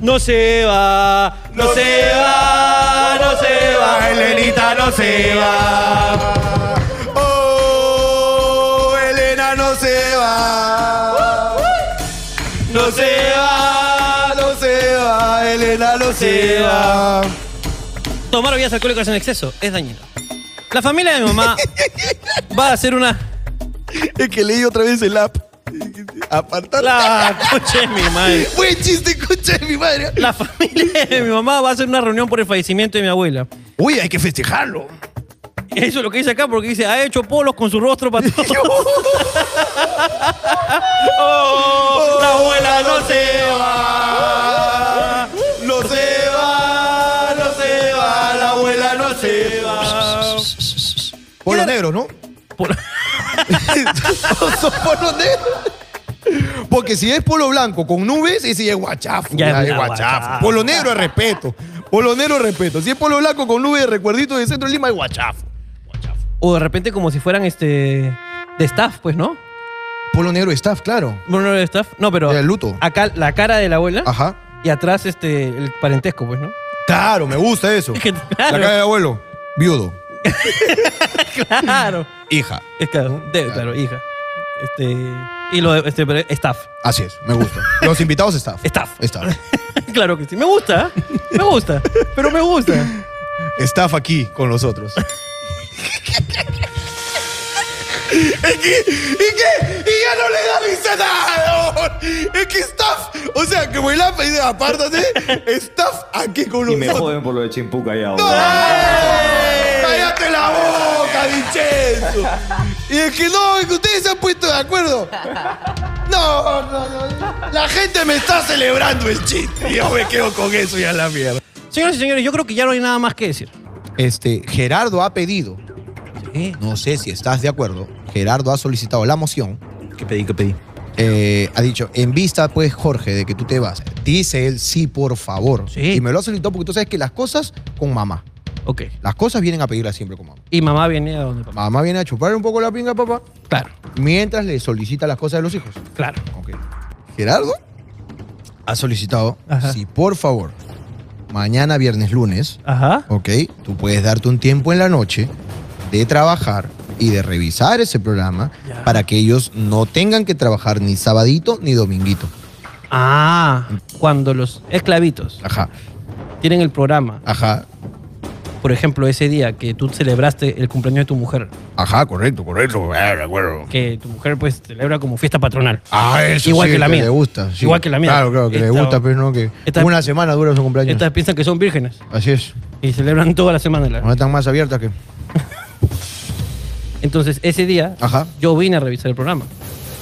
S2: No se va, no se va, no se va,
S1: Elenita no se va. Oh, Elena no se va. No se va, no se va, Elena no se va.
S2: Tomar bebidas alcohólicas en exceso es dañino. La familia de mi mamá va a hacer una.
S8: Es que leí otra vez el app. Apartar.
S2: La concha de mi madre.
S8: Buen chiste, concha de mi madre.
S2: La familia de mi mamá va a hacer una reunión por el fallecimiento de mi abuela.
S8: Uy, hay que festejarlo.
S2: Eso es lo que dice acá porque dice, ha hecho polos con su rostro para todos.
S1: Oh, la abuela no se va. No se va, no se va, la abuela no se va.
S3: Por los negros, ¿no? Son polo negro. Porque si es polo blanco con nubes, ese ya es guachafo.
S1: Ya es
S3: Ya, es
S1: una
S3: guachafo.
S1: guachafa.
S3: Polo negro es respeto. Polo negro es respeto. Si es polo blanco con nubes de recuerditos de centro de Lima, es guachafo.
S2: O de repente como si fueran este. de staff, pues, ¿no?
S3: Polo negro de staff, claro.
S2: Bueno, no de staff. No, pero.
S3: De luto.
S2: Acá la cara de la abuela.
S8: Ah.
S3: Ajá.
S2: Y atrás este. el parentesco, pues, ¿no?
S3: Claro, me gusta eso.
S2: que
S3: La
S2: claro.
S3: cara del abuelo, viudo,
S2: Claro.
S3: hija.
S2: Es claro, de- claro, hija. Este. Y lo de- este, pero staff.
S3: Así es, me gusta. Los invitados staff.
S2: Staff.
S3: Staff.
S2: claro que sí. Me gusta. ¿eh? Me gusta. pero me gusta.
S3: Staff aquí con nosotros.
S1: Es que, y que, y ya no le da risa nada. amor. Es que staff, o sea, que voy la pedida, apártate, staff aquí con
S15: Y me
S1: nosotros.
S15: joden por lo de Chimpú callado.
S1: ¡eh! ¡Cállate la boca, Vincenzo! Y es que no, es que ustedes se han puesto de acuerdo. No, no, no. La gente me está celebrando el chiste. Yo me quedo con eso y a la mierda.
S2: Señoras y señores, yo creo que ya no hay nada más que decir.
S3: Este, Gerardo ha pedido. No sé si estás de acuerdo. Gerardo ha solicitado la moción.
S16: ¿Qué pedí? ¿Qué pedí?
S3: Eh, ha dicho, en vista, pues, Jorge, de que tú te vas, dice él, sí, por favor. Y me lo ha solicitado porque tú sabes que las cosas con mamá.
S2: Ok.
S3: Las cosas vienen a pedirlas siempre con mamá.
S2: Y mamá viene a donde papá.
S3: Mamá viene a chupar un poco la pinga, papá.
S2: Claro.
S3: Mientras le solicita las cosas de los hijos.
S2: Claro.
S3: Gerardo ha solicitado, si por favor, mañana, viernes, lunes,
S2: Ajá.
S3: ok, tú puedes darte un tiempo en la noche de trabajar y de revisar ese programa para que ellos no tengan que trabajar ni sabadito ni dominguito.
S2: Ah, cuando los esclavitos
S3: Ajá.
S2: tienen el programa
S3: Ajá.
S2: por ejemplo, ese día que tú celebraste el cumpleaños de tu mujer,
S3: Ajá, correcto, correcto. Ah, de acuerdo.
S2: que tu mujer pues celebra como fiesta patronal.
S3: Ah, eso
S2: Igual
S3: sí,
S2: que la mía.
S3: le gusta. sí.
S2: Igual que la mía.
S3: Claro, claro, que le
S2: Esta-
S3: gusta, pero no que
S2: esta-
S3: una semana dura su cumpleaños.
S2: Estas piensan que son vírgenes
S3: Así es.
S2: y celebran toda la semana. la-
S3: No están más abiertas que...
S2: Entonces, ese día
S3: Ajá.
S2: yo vine a revisar el programa.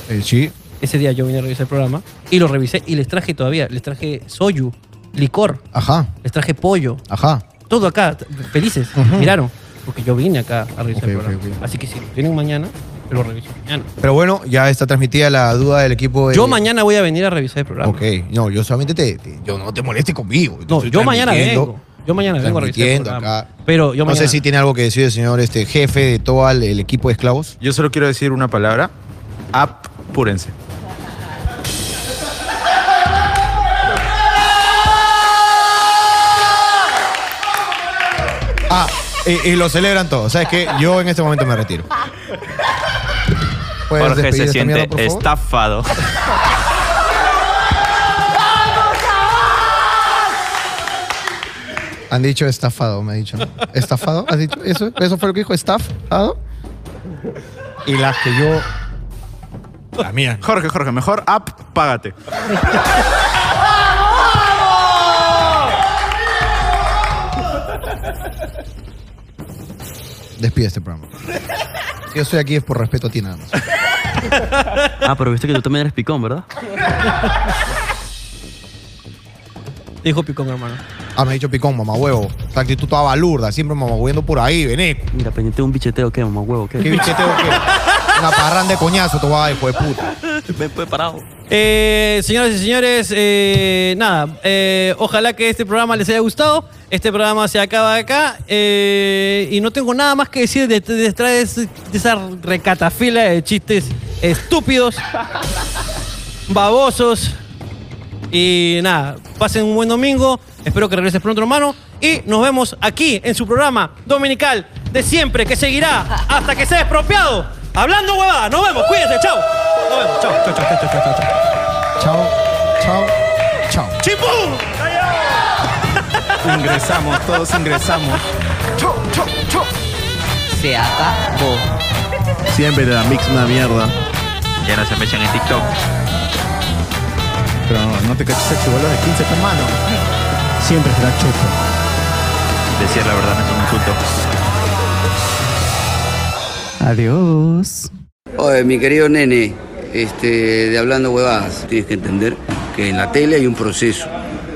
S3: Eh, sí.
S2: Ese día yo vine a revisar el programa y lo revisé y les traje todavía, les traje soyu, licor,
S3: Ajá,
S2: les traje pollo,
S3: ajá.
S2: todo acá, t- felices,
S3: Ujú.
S2: miraron, porque yo vine acá a revisar el
S3: Ok, ok,
S2: programa. Así que si lo tienen mañana, lo reviso mañana.
S3: Pero bueno, ya está transmitida la duda del equipo de...
S2: Yo mañana voy a venir a revisar el programa.
S3: Pues Ok, no, yo solamente te... te- yo no te molestes conmigo.
S2: No, yo mañana vengo. Yo mañana vengo a revisar el
S3: Transmitiendo
S2: programa.
S3: acá.
S2: Pero yo
S3: no sé
S2: mañana-
S3: si tiene algo que decir el señor este, jefe de todo el, el equipo de esclavos.
S16: Yo solo quiero decir una palabra. Apúrense.
S3: Ah, y, y lo celebran todos. ¿Sabes qué? Yo en este momento me retiro. ¿Puedes
S9: Jorge
S3: despedir
S9: se
S3: esta
S9: siente
S3: mierda, por favor?
S9: estafado.
S3: Han dicho estafado, me ha dicho. ¿Estafado? ¿Has dicho eso? ¿Eso fue lo que dijo? ¿Estafado? Y las que yo...
S16: La mía. Jorge, Jorge, mejor app, págate.
S3: Despide este programa. Si yo estoy aquí es por respeto a ti nada más.
S17: Ah, pero viste que tú también eres picón, ¿verdad?
S2: Dijo Picón, hermano.
S3: Ah, me ha dicho picón, mamá huevo. Esta actitud toda balurda, siempre mamá huyendo por ahí, vení.
S17: Mira, pendiente de un bicheteo, ¿qué, mamá huevo? ¿Qué,
S3: ¿Qué bicheteo qué? Una parranda de coñazo te voy a dar, hijo de puta.
S17: Me he parado.
S2: Eh, señoras y señores, eh, nada, eh, ojalá que este programa les haya gustado. Este programa se acaba acá eh, y no tengo nada más que decir de- de- detrás de, ese- de esa recatafila de chistes estúpidos, babosos y nada. Pasen un buen domingo, espero que regreses pronto hermano y nos vemos aquí en su programa dominical de siempre que seguirá hasta que sea expropiado. Hablando huevada, nos vemos, cuídense, chao. Nos vemos, chao, chao, chao, chao, chao, chao, chao.
S3: Chao, chao, chao.
S2: ¡Chipum!
S16: Ingresamos, todos ingresamos.
S6: Se acabó.
S16: Siempre la misma mierda.
S9: Ya no se me echan en TikTok.
S16: Pero no, no te caches a chivolos de 15, hermano.
S13: Siempre será chupa.
S9: Decir la verdad no es un insulto.
S6: Adiós.
S18: Oye, mi querido nene, este, de hablando huevadas, tienes que entender que en la tele hay un proceso.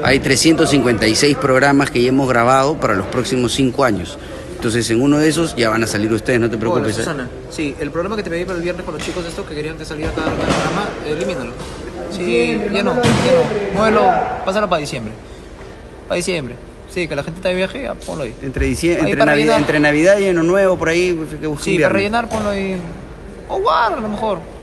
S18: Hay 356 programas que ya hemos grabado para los próximos 5 años. Entonces, en uno de esos ya van a salir ustedes, no te preocupes. ¿eh?
S19: Sí, el programa que te pedí para el viernes con los chicos de esto que querían que saliera cada cada programa, elimínalo. Sí,
S18: Diciembre,
S19: ya no, ya
S18: mándalo a
S19: no. Muévelo, pásalo para diciembre. Para diciembre. Sí, que la gente está de viaje, ya, ponlo ahí.
S18: Entre, dicie-
S19: Ahí
S18: entre,
S19: para
S18: Navidad,
S19: rellenar.
S18: entre Navidad y Año Nuevo, por ahí, que busquen
S19: Sí,
S18: viernes.
S19: para rellenar, ponlo ahí. O guarda, a lo mejor.